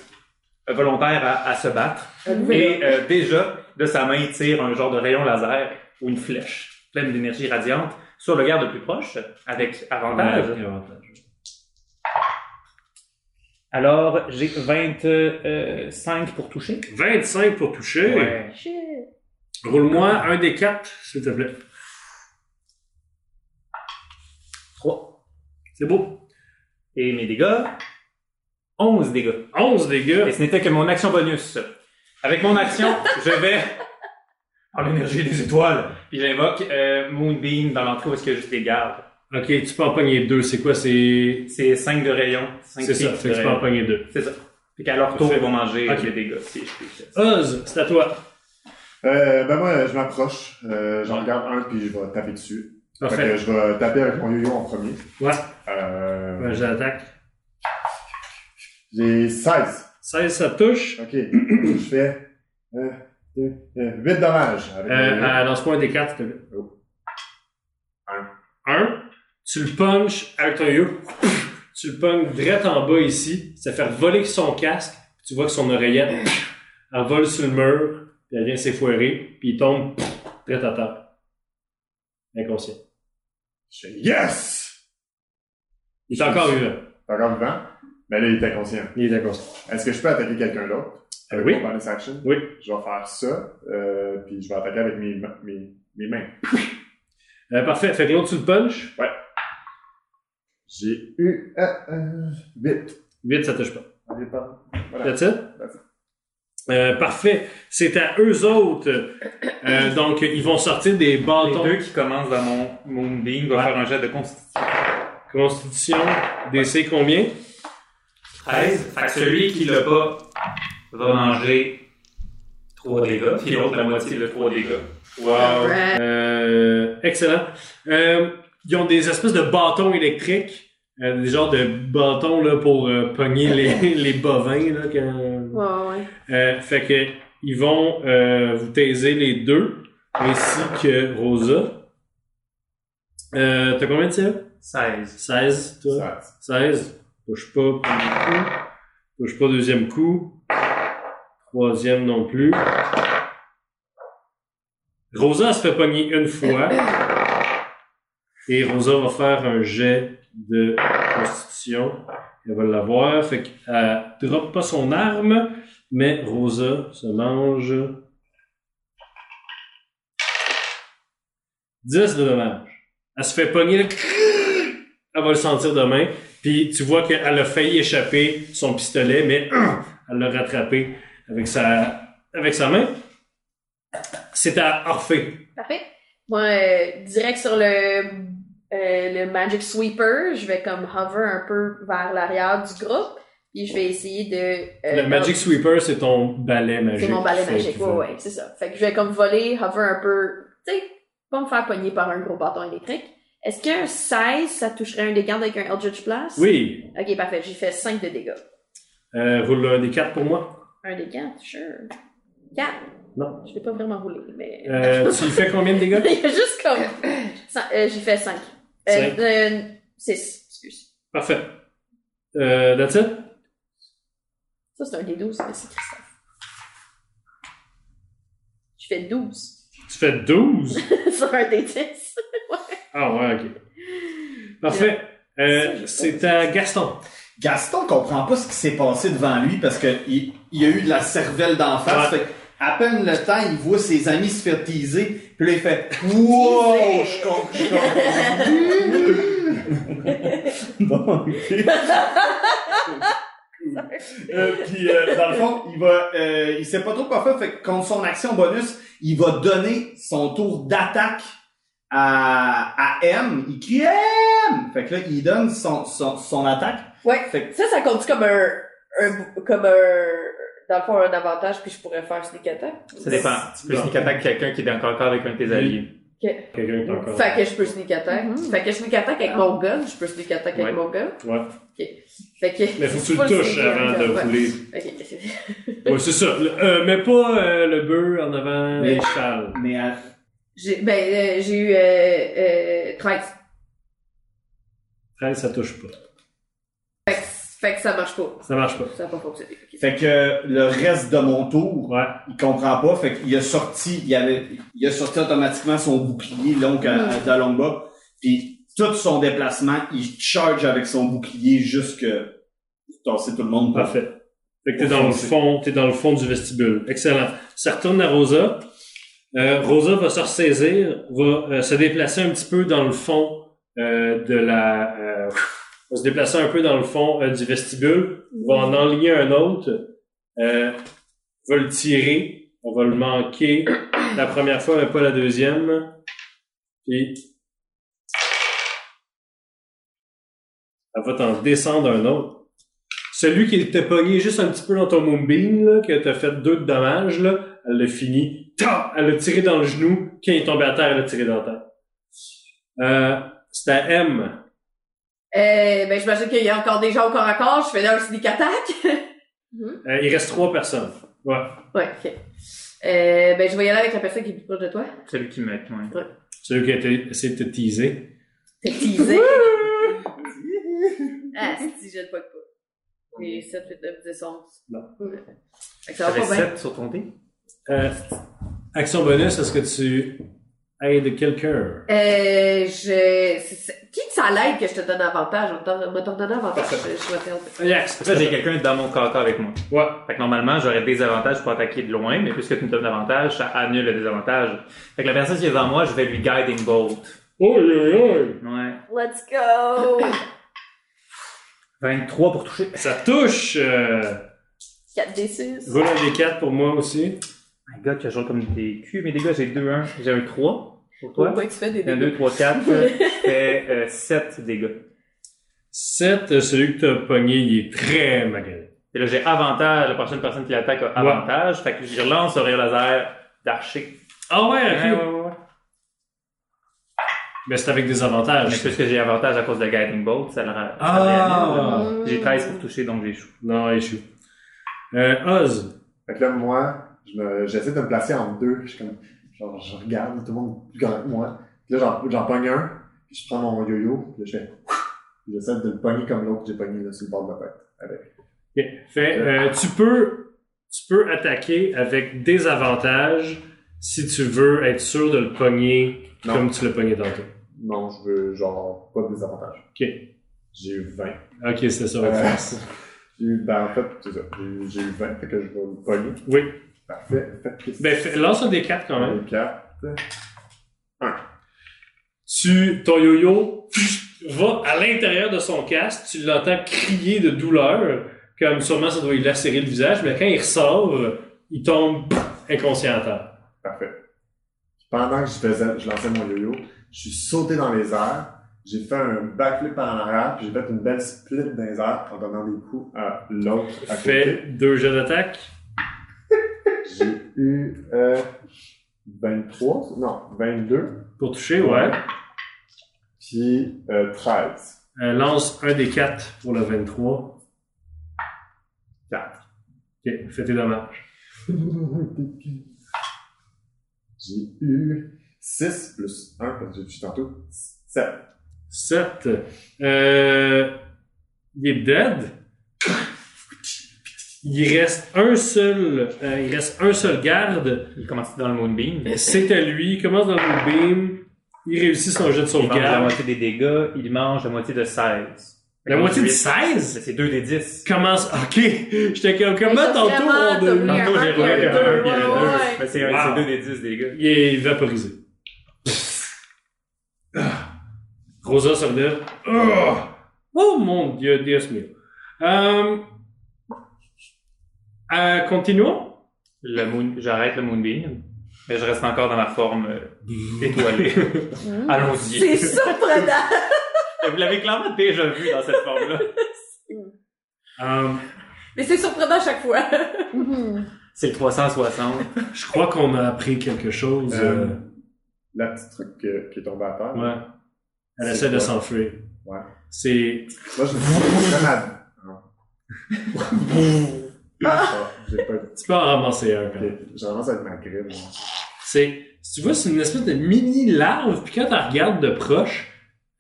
Speaker 4: euh, volontaire à, à se battre. Et euh, déjà, de sa main, il tire un genre de rayon laser ou une flèche pleine d'énergie radiante sur le garde le plus proche, avec avantage.
Speaker 1: Ouais, avantage.
Speaker 4: Alors, j'ai 25 pour toucher.
Speaker 1: 25 pour toucher.
Speaker 4: Ouais.
Speaker 3: Shit.
Speaker 1: Roule-moi un des quatre, s'il te plaît.
Speaker 4: 3.
Speaker 1: C'est beau.
Speaker 4: Et mes dégâts, 11 dégâts.
Speaker 1: 11 dégâts.
Speaker 4: Et ce n'était que mon action bonus. Avec mon action, je vais, par l'énergie des étoiles, puis j'invoque euh, Moonbeam dans l'entrée où est-ce que je les garde.
Speaker 1: Ok, tu peux en pogner deux. C'est quoi? C'est.
Speaker 4: C'est 5 de rayon. cinq
Speaker 1: C'est ça.
Speaker 4: pics
Speaker 1: Fait
Speaker 4: de
Speaker 1: que tu peux en
Speaker 4: rayon.
Speaker 1: pogner deux.
Speaker 4: C'est ça. Fait qu'à leur tour,
Speaker 1: Parfait.
Speaker 4: ils vont manger
Speaker 1: Ok.
Speaker 4: les dégâts. Si je fais ça.
Speaker 1: Oz, c'est à toi.
Speaker 6: Euh, ben moi, je m'approche, euh, j'en regarde un puis je vais taper dessus. Fait
Speaker 1: Parfait.
Speaker 6: que je vais taper avec mon yo-yo en premier.
Speaker 1: Ouais.
Speaker 6: Euh,
Speaker 1: Ouais, J'attaque.
Speaker 6: J'ai 16.
Speaker 1: 16, ça touche.
Speaker 6: Ok. je fais euh, 8 dommages. Avec mon
Speaker 1: Euh,
Speaker 6: yo-yo.
Speaker 1: euh, lance-moi un des quatre, s'il te plaît.
Speaker 6: Oh.
Speaker 1: Un. Un. Tu le punches avec ton yo. Tu le punches direct en bas ici. Ça fait voler son casque. Puis Tu vois que son oreillette, elle vole sur le mur. Puis elle vient s'effoirer. Puis il tombe direct à terre. Inconscient.
Speaker 6: Je fais yes!
Speaker 1: Il est encore vivant.
Speaker 6: T'es encore vivant? Mais là, il est inconscient.
Speaker 1: Il est inconscient.
Speaker 6: Est-ce que je peux attaquer quelqu'un d'autre?
Speaker 1: Euh,
Speaker 6: Avec
Speaker 1: oui.
Speaker 6: mon bonus action?
Speaker 1: Oui.
Speaker 6: Je vais faire ça, euh, puis je vais attaquer avec mes, ma- mes, mes mains.
Speaker 1: Euh, parfait. Fait que l'autre, tu le punches.
Speaker 6: J'ai eu euh, euh, 8.
Speaker 1: Vite, ça touche pas.
Speaker 6: Allez, pardon. Voilà.
Speaker 1: That's it?
Speaker 6: That's it.
Speaker 1: Euh, parfait. C'est à eux autres. Euh, donc, ils vont sortir des
Speaker 4: Les
Speaker 1: bâtons.
Speaker 4: deux qui commencent dans mon Moonbeam doivent
Speaker 1: Ouais.
Speaker 4: faire un jet de constitution.
Speaker 1: Constitution, DC combien?
Speaker 4: 13. Fait que celui qui l'a pas va manger 3 dégâts, puis l'autre la moitié de 3 dégâts.
Speaker 1: Wow.
Speaker 5: Alright.
Speaker 1: Euh, excellent. Euh, ils ont des espèces de bâtons électriques, euh, des genres de [laughs] bâtons là, pour euh, pogner les, les bovins. Là, quand-
Speaker 3: Ouais, ouais.
Speaker 1: Euh, fait que Ils vont euh, vous taiser les deux, ainsi que Rosa. Euh, T'as combien de tirs?
Speaker 4: 16.
Speaker 1: 16, toi?
Speaker 6: Ça-
Speaker 1: 16. Touche pas pour le coup. Touche pas deuxième coup. Troisième non plus. Rosa se fait pogner une fois. Et Rosa va faire un jet de constitution. Elle va l'avoir. Fait qu'elle drop pas son arme. Mais Rosa se mange 10 de dommages. Elle se fait pogner. le- Elle va le sentir demain. Puis tu vois qu'elle a failli échapper son pistolet, mais [clears throat] elle l'a rattrapé avec sa, avec sa main. C'est à Orphée.
Speaker 3: Parfait. Moi, euh, direct sur le, euh, le Magic Sweeper, je vais comme hover un peu vers l'arrière du groupe, puis je vais essayer de... euh,
Speaker 1: Le Magic Sweeper, c'est ton balai magique.
Speaker 3: C'est mon balai
Speaker 1: Fait
Speaker 3: magique,
Speaker 1: que-
Speaker 3: ouais, ouais, c'est ça. Fait que je vais comme voler, hover un peu, tu sais, pas me faire pogner par un gros bâton électrique. Est-ce qu'un 16, ça toucherait un des gardes avec un Eldritch Blast?
Speaker 1: Oui.
Speaker 3: Ok, parfait, j'ai fait 5 de dégâts.
Speaker 1: Euh, roule un des quatre pour moi.
Speaker 3: Un des gardes, sure. 4.
Speaker 1: Non.
Speaker 3: Je l'ai pas vraiment roulé, mais...
Speaker 1: Euh, tu lui fais combien de dégâts?
Speaker 3: [laughs] Il y a juste comme... Cent- euh, j'ai fait 5.
Speaker 1: Cinq.
Speaker 3: 6, excuse.
Speaker 1: Parfait. Euh, that's it?
Speaker 3: Ça, c'est un des 12, mais c'est Christophe. Je fais 12.
Speaker 1: Tu fais 12?
Speaker 3: [laughs] Sur un des 10.
Speaker 1: Ah ouais, ok. Parfait. Euh, c'est à Gaston.
Speaker 2: Gaston comprend pas ce qui s'est passé devant lui parce que il, il a eu de la cervelle d'en face. Fait que à peine le temps, il voit ses amis se faire teaser, puis là, il fait « Wow! Je comprends! je comprends. » Bon, ok. [laughs] Euh, puis euh, dans le fond, il va, euh, il sait pas trop quoi faire. Fait que contre son action bonus, il va donner son tour d'attaque à, à M. Il crie M. Fait que là, il donne son son, son attaque.
Speaker 5: Ouais.
Speaker 2: Fait que
Speaker 5: Ça, ça compte comme un, un- comme un, dans le fond, un avantage, puis je pourrais faire sneak attack.
Speaker 4: Ça dépend. Tu peux sneak attack quelqu'un qui est dans le corps avec un de tes alliés.
Speaker 1: Quelqu'un qui est encore.
Speaker 5: Fait que je peux sneak attack.
Speaker 3: Mhm.
Speaker 5: Fait que sneak attack avec mon gun, je peux sneak attack
Speaker 4: Ouais.
Speaker 5: avec mon gun.
Speaker 1: Ouais.
Speaker 5: Fait que.
Speaker 1: Mais faut que tu le
Speaker 5: Pas
Speaker 1: touches
Speaker 5: sneak attack,
Speaker 1: avant de
Speaker 5: ouais.
Speaker 1: rouler.
Speaker 5: [laughs] Ok, c'est-
Speaker 1: Ouais, c'est ça. Le- euh, mais pas euh, le bœuf en avant
Speaker 2: Mais-
Speaker 1: les châles.
Speaker 2: mais à-
Speaker 5: J'ai, ben, euh, j'ai eu, euh, euh, 13.
Speaker 1: 13, ça touche pas.
Speaker 5: Fait que, fait que ça marche pas.
Speaker 1: Ça marche pas.
Speaker 5: Ça n'a pas fonctionné. Ok.
Speaker 2: Fait que le reste de mon tour,
Speaker 1: Ouais.
Speaker 2: il comprend pas. Fait qu'il a sorti, il avait, il a sorti automatiquement son bouclier long à, à- de longue bas. Puis tout son déplacement, il charge avec son bouclier jusque tasser tout le monde. pour-
Speaker 1: Parfait. Fait que t'es dans le fond, t'es dans le fond du vestibule. Excellent. Ça retourne à Rosa. Euh, Rosa va se ressaisir, va euh, se déplacer un petit peu dans le fond euh, de la. euh, va se déplacer un peu dans le fond euh, du vestibule. Va en enligner un autre. Euh, va le tirer. On va le manquer la première fois, mais pas la deuxième. Puis. Elle va t'en descendre un autre. Celui qui t'a pogné juste un petit peu dans ton moonbeam, là, que t'as fait deux de dommages, là, elle l'a fini. Ta! Elle l'a tiré dans le genou. Quand il est tombé à terre, elle l'a tiré dans la terre. Euh, c'est à M.
Speaker 5: Euh, ben, j'imagine qu'il y a encore des gens au corps à corps. Je fais là un sneak attack. [laughs]
Speaker 1: Euh, il reste trois personnes. Ouais.
Speaker 5: ouais, ok. Euh, ben, je vais y aller avec la personne qui est plus proche de toi.
Speaker 4: Celui qui met, ouais.
Speaker 1: Celui qui a été- essayé de te teaser.
Speaker 5: T'es teasé. ah, si, je le poque pas. Mais 7, 8, 9, 10, 11.
Speaker 1: Non.
Speaker 5: Ouais. Fait que ça va
Speaker 4: T'avais
Speaker 5: pas bien.
Speaker 4: 7 sur ton dé?
Speaker 1: Euh, action bonus, est-ce que tu aides quelqu'un?
Speaker 5: Euh, je... c'est- c'est- Qui que ça l'aide que je te donne avantage? On t'en- on va t'en donner avantage. Je, je vais perdre.
Speaker 1: Yes!
Speaker 4: Là, j'ai quelqu'un dans mon corps à corps avec moi.
Speaker 1: Ouais.
Speaker 4: Fait que normalement, j'aurais des avantages pour attaquer de loin, mais puisque tu me donnes l'avantage, ça annule le désavantage. Fait que la personne qui est devant moi, je vais lui guiding bolt.
Speaker 1: Oh, oh,
Speaker 4: Ouais.
Speaker 3: Let's go!
Speaker 4: 23 pour toucher.
Speaker 1: oh. Ça touche! Euh,
Speaker 3: 4 des 6.
Speaker 1: roule un des quatre pour moi aussi.
Speaker 4: My god, que je roule comme des culs. Mais les gars, j'ai 2-1. J'ai un 3 pour toi.
Speaker 5: Pourquoi tu fais des
Speaker 4: Un
Speaker 5: dégâts?
Speaker 4: 2, 3,
Speaker 5: [laughs]
Speaker 4: 4. Fait euh, 7 dégâts.
Speaker 1: Sept, euh, celui que t'as pogné, il est très magané.
Speaker 4: Et là, j'ai avantage. La prochaine personne qui l'attaque a avantage. Fait que je relance un rayon laser
Speaker 5: [laughs]
Speaker 4: d'archer.
Speaker 1: Ah ouais, ok.
Speaker 4: Ouais, ouais, ouais.
Speaker 1: Mais c'est avec des
Speaker 4: Ah, Mais
Speaker 1: avantages.
Speaker 4: puisque j'ai avantage à cause de Guiding Bolt, ça le ra- ça le réannule.
Speaker 1: Ah!
Speaker 4: J'ai 13 pour toucher, donc j'échoue.
Speaker 1: Non, il échoue. Euh, Oz.
Speaker 6: Fait que là, moi, je me- j'essaie de me placer en deux. Je, suis comme, genre, je regarde, tout le monde est plus grand que moi. Puis là, j'en- j'en pogne un, puis je prends mon yo-yo, puis là, je fais... puis J'essaie de le pogner comme l'autre que j'ai pogné là, sur le bord de la tête.
Speaker 1: Ok. Fait, euh, tu peux, tu peux attaquer avec des avantages si tu veux être sûr de le pogner
Speaker 6: Non.
Speaker 1: comme tu l'as pogné tantôt.
Speaker 6: Non, je veux genre pas de désavantage.
Speaker 1: Ok.
Speaker 6: J'ai eu 20.
Speaker 1: Ok, c'est ça.
Speaker 6: Euh,
Speaker 1: Ophias.
Speaker 6: [laughs] J'ai eu, ben en fait, c'est ça. J'ai eu- J'ai eu 20, fait que je vais le pogner.
Speaker 1: Oui.
Speaker 6: Parfait. Fait que
Speaker 1: Ben, fais- lance un des quatre quand même.
Speaker 6: Une carte.
Speaker 1: Tu, ton yo-yo va à l'intérieur de son casque, tu l'entends crier de douleur, comme sûrement ça doit lui lacérer le visage, mais quand il ressort, il tombe pff, inconscient à terre.
Speaker 6: Parfait. Pendant que je faisais, je lançais mon yo-yo, je suis sauté dans les airs, j'ai fait un backflip en arrière, puis j'ai fait une belle split dans les airs en donnant des coups à l'autre à côté.
Speaker 1: Fais deux jeux d'attaque.
Speaker 6: J'ai eu euh, 23, non, 22,
Speaker 1: Pour toucher, ouais.
Speaker 6: puis euh, 13. [laughs]
Speaker 1: Euh, lance un des quatre pour le 23.
Speaker 6: 4.
Speaker 1: Ok, fais tes dommages.
Speaker 6: j'ai eu 6 plus 1, parce que j'ai touché tantôt, 7.
Speaker 1: 7. Euh, il est dead. Il reste un seul, euh, il reste un seul garde.
Speaker 4: Il commence dans le Moonbeam.
Speaker 1: C'est à lui. Il commence dans le beam. Il réussit son jet de
Speaker 4: Il mange la
Speaker 1: sauvegarde.
Speaker 4: moitié des dégâts, il mange la moitié de 16.
Speaker 1: La moitié de
Speaker 4: de
Speaker 1: 16?
Speaker 4: C'est 2 des 10.
Speaker 1: Commence, ok. J'étais comme, comment
Speaker 5: Mais ça,
Speaker 1: tantôt
Speaker 5: vraiment,
Speaker 1: on
Speaker 5: t'as mis
Speaker 1: de...
Speaker 5: un
Speaker 4: Tantôt, j'ai
Speaker 5: un,
Speaker 4: roulé
Speaker 5: un,
Speaker 4: le
Speaker 5: deux,
Speaker 4: un, puis le
Speaker 5: ouais,
Speaker 4: deux.
Speaker 5: ouais.
Speaker 4: Mais c'est
Speaker 1: Wow.
Speaker 4: 2 des 10 des gars.
Speaker 1: Il est vaporisé. Ah. Rosa se relève. Ah. Oh mon dieu, Dios mio. Euh, euh, continuons.
Speaker 4: Le moon... J'arrête le Moonbeam, mais je reste encore dans ma forme euh, [laughs]
Speaker 6: Mm-hmm.
Speaker 4: étoilée.
Speaker 5: C'est
Speaker 3: Hmm.
Speaker 4: [laughs]
Speaker 5: [laughs]
Speaker 4: Allons-y.
Speaker 5: surprenant!
Speaker 4: Vous l'avez clairement déjà vu dans cette forme-là.
Speaker 1: Euh,
Speaker 5: Mais c'est surprenant à chaque fois. Mhm,
Speaker 4: C'est le 360.
Speaker 1: je crois qu'on a appris quelque chose.
Speaker 6: Euh, La petite truc que- qui est tombée à terre.
Speaker 1: euh, ouais. Elle
Speaker 6: c'est
Speaker 1: essaie de
Speaker 6: quoi?
Speaker 1: s'enfuir.
Speaker 6: Ouais.
Speaker 1: C'est.
Speaker 6: Moi, je suis malade. Ah, J'ai pas
Speaker 1: Tu peux en ramasser un quand même.
Speaker 6: Ok, J'ai tendance à être ma grippe. moi.
Speaker 1: C'est, si tu vois, c'est une espèce de mini larve, puis quand tu regardes de proche,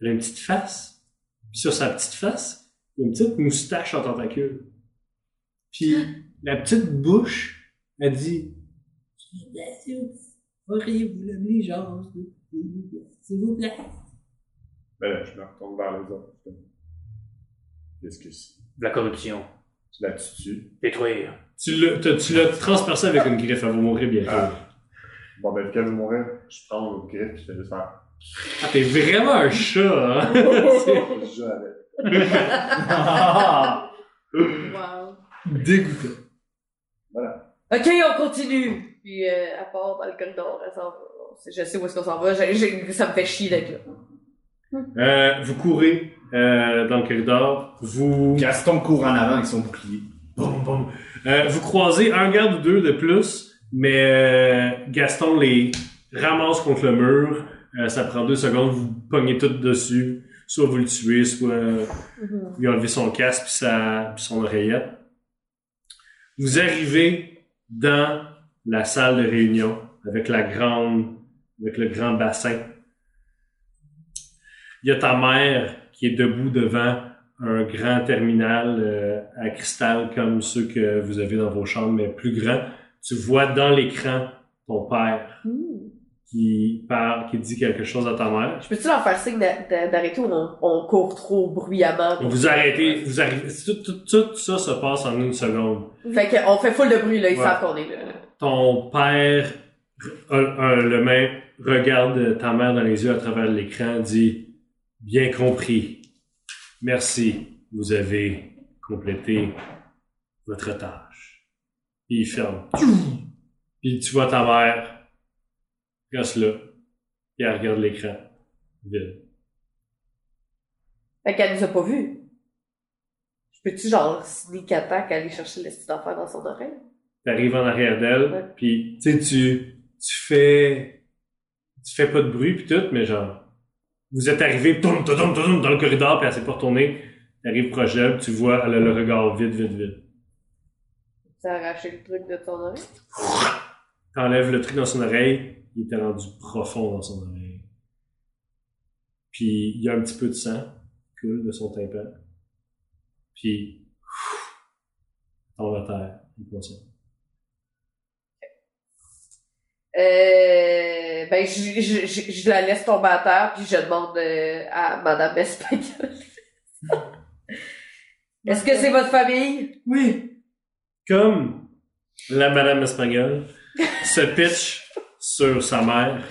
Speaker 1: elle a une petite face. Puis sur sa petite face, il y a une petite moustache en tentacule. Puis la petite bouche, elle dit Pourriez-vous l'obligeance, s'il vous plaît
Speaker 6: Ben là, je me retourne vers les autres. Qu'est-ce que c'est?
Speaker 4: De la corruption.
Speaker 6: Je la tue.
Speaker 4: Détruire.
Speaker 1: Tu l'as, t'as- tu l'as transpercé avec une griffe, elle va mourir bientôt. Ah,
Speaker 6: Ah. Bon, ben, lequel je mourir, je prends mon grippe et je fais le [laughs] faire.
Speaker 1: Ah, t'es vraiment un chat, hein?
Speaker 6: Je joue avec.
Speaker 5: Wow.
Speaker 1: Dégoûté.
Speaker 5: Ok, on continue. Puis euh, à part dans le corridor, elle s'en va. Je sais où est-ce qu'on s'en va. J'ai- j'ai- ça me fait chier d'être là.
Speaker 1: Euh, vous courez euh, dans le corridor, vous.
Speaker 2: Gaston court en avant avec son bouclier.
Speaker 1: Boum, boum. Euh, vous croisez un garde ou deux de plus, mais euh, Gaston les ramasse contre le mur. Euh, ça prend deux secondes, vous pognez tout dessus. Soit vous le tuez, soit euh,
Speaker 5: mhm.
Speaker 1: lui enlevez son casque puis, sa, puis son oreillette. Vous arrivez dans la salle de réunion avec la grande, avec le grand bassin. Il y a ta mère qui est debout devant un grand terminal euh, à cristal comme ceux que vous avez dans vos chambres, mais plus grand. Tu vois dans l'écran ton père
Speaker 5: Mhm.
Speaker 1: qui parle, qui dit quelque chose à ta mère.
Speaker 5: Je peux-tu leur faire signe d'a- d'a- d'arrêter ou on, on court trop bruyamment?
Speaker 1: Donc, Vous arrêtez, vous arrivez. Tout, tout- tout ça se passe en une seconde.
Speaker 5: Fait qu'on fait full de bruit, là. Ils
Speaker 1: Ouais.
Speaker 5: savent qu'on est là.
Speaker 1: Ton père, a- a- le main, regarde ta mère dans les yeux à travers l'écran, dit Bien compris. Merci. Vous avez complété votre tâche. Puis il ferme. Puis tu vois ta mère, reste là, puis elle regarde l'écran. Vide.
Speaker 5: Fait qu'elle nous a pas vus. Je peux-tu, genre, sneak attack, aller chercher le style d'enfer dans son oreille?
Speaker 1: T'arrives en arrière
Speaker 5: Ouais.
Speaker 1: d'elle, puis tu sais, tu, tu fais, tu fais pas de bruit puis tout, mais genre, vous êtes arrivé, toum, toum, toum, toum, dans le corridor, puis elle s'est pas retournée. T'arrives proche d'elle, puis tu vois, elle a le regard vide, vide, vide.
Speaker 5: Ça a arraché le truc de ton oreille.
Speaker 1: T'enlèves le truc dans son oreille, il était rendu profond dans son oreille. Puis il y a un petit peu de sang qui coule de son tympan. Puis pff, tombe à terre, inconscient.
Speaker 5: Euh, ben, je, je, je, je la laisse tomber à terre, puis je demande euh, à Madame Espagnol. Est-ce que c'est votre famille?
Speaker 1: Oui. Comme la Madame Espagnole se pitch sur sa mère,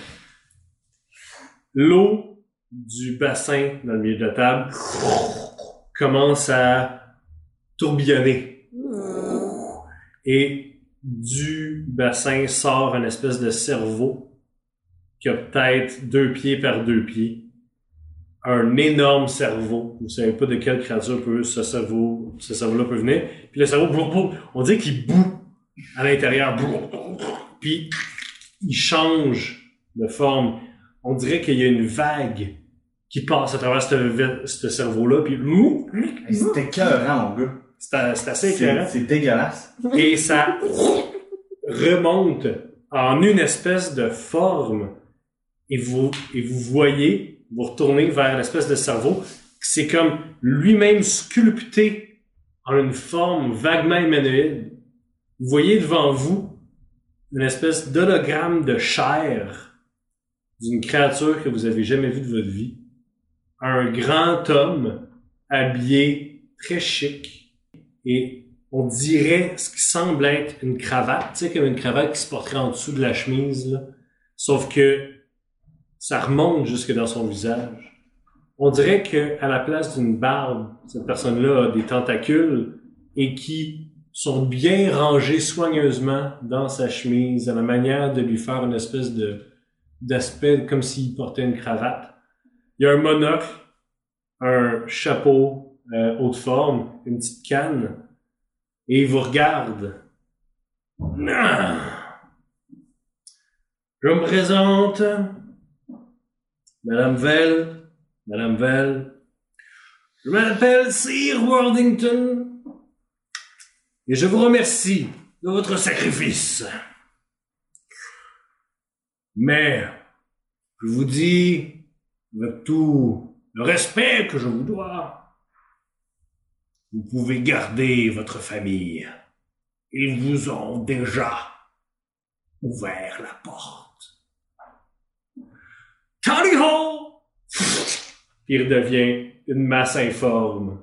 Speaker 1: l'eau du bassin dans le milieu de la table commence à tourbillonner. Et du bassin sort une espèce de cerveau qui a peut-être deux pieds par deux pieds. Un énorme cerveau. Vous savez pas de quelle créature peut ce cerveau, ce cerveau-là peut venir. Puis le cerveau, blou, blou, on dirait qu'il bout à l'intérieur. Blou, blou, blou. Puis il change de forme. On dirait qu'il y a une vague qui passe à travers ce, ve- ce cerveau-là. Puis blou, blou.
Speaker 2: Hey, C'était écœurant, mon gars.
Speaker 1: c'est a- c'est assez éclairant
Speaker 2: C'est c'est dégueulasse.
Speaker 1: et ça remonte en une espèce de forme et vous, et vous voyez, vous retournez vers l'espèce de cerveau, c'est comme lui-même sculpté en une forme vaguement humanoïde. Vous voyez devant vous une espèce d'hologramme de chair d'une créature que vous avez jamais vue de votre vie. Un grand homme habillé très chic et on dirait ce qui semble être une cravate, tu sais, comme une cravate qui se porterait en dessous de la chemise, là. sauf que ça remonte jusque dans son visage. On dirait que à la place d'une barbe, cette personne-là a des tentacules et qui sont bien rangés soigneusement dans sa chemise à la manière de lui faire une espèce de d'aspect comme s'il portait une cravate. Il y a un monocle, un chapeau euh, haute forme, une petite canne et il vous regarde. Non. Je me présente, Madame Vell, Madame Vell. Je m'appelle Sir Worthington et je vous remercie de votre sacrifice. Mais je vous dis, avec tout le respect que je vous dois, vous pouvez garder votre famille. Ils vous ont déjà ouvert la porte. Tally ho! Il redevient une masse informe.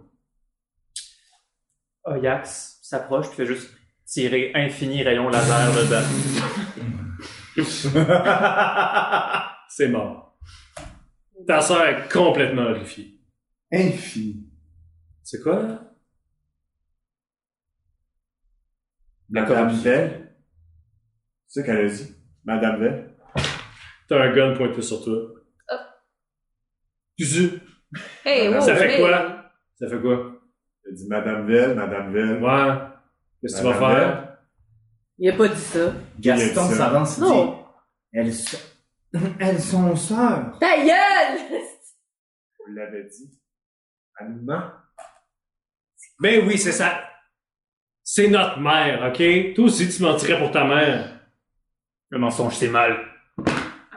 Speaker 1: [laughs]
Speaker 4: Oyax s'approche puis fait juste tirer infini rayon laser dedans.
Speaker 1: C'est mort. Ta sœur est complètement horrifiée.
Speaker 6: Infini.
Speaker 1: C'est quoi?
Speaker 6: Madame Belle. C'est ça qu'elle a dit. Madame Belle.
Speaker 1: T'as un gun pointé sur toi. Tu sais,
Speaker 3: Eh,
Speaker 5: Hey,
Speaker 6: Ça
Speaker 1: Ça
Speaker 5: wow,
Speaker 1: fait
Speaker 5: hey.
Speaker 1: quoi? Ça fait quoi?
Speaker 6: Elle a dit Madame Belle, Madame Belle.
Speaker 1: Ouais. Qu'est-ce que tu vas
Speaker 6: Madame
Speaker 1: faire?
Speaker 5: Il a pas dit ça.
Speaker 2: Gaston
Speaker 6: ça.
Speaker 2: s'avance et dit
Speaker 5: Non.
Speaker 2: Elles, sont- Elles sont sœurs.
Speaker 5: Ta gueule!
Speaker 6: On l'avait dit. Elle ment.
Speaker 1: Ben oui, c'est ça. C'est notre mère, ok? Toi aussi, tu mentirais pour ta mère.
Speaker 4: Le mensonge, c'est mal.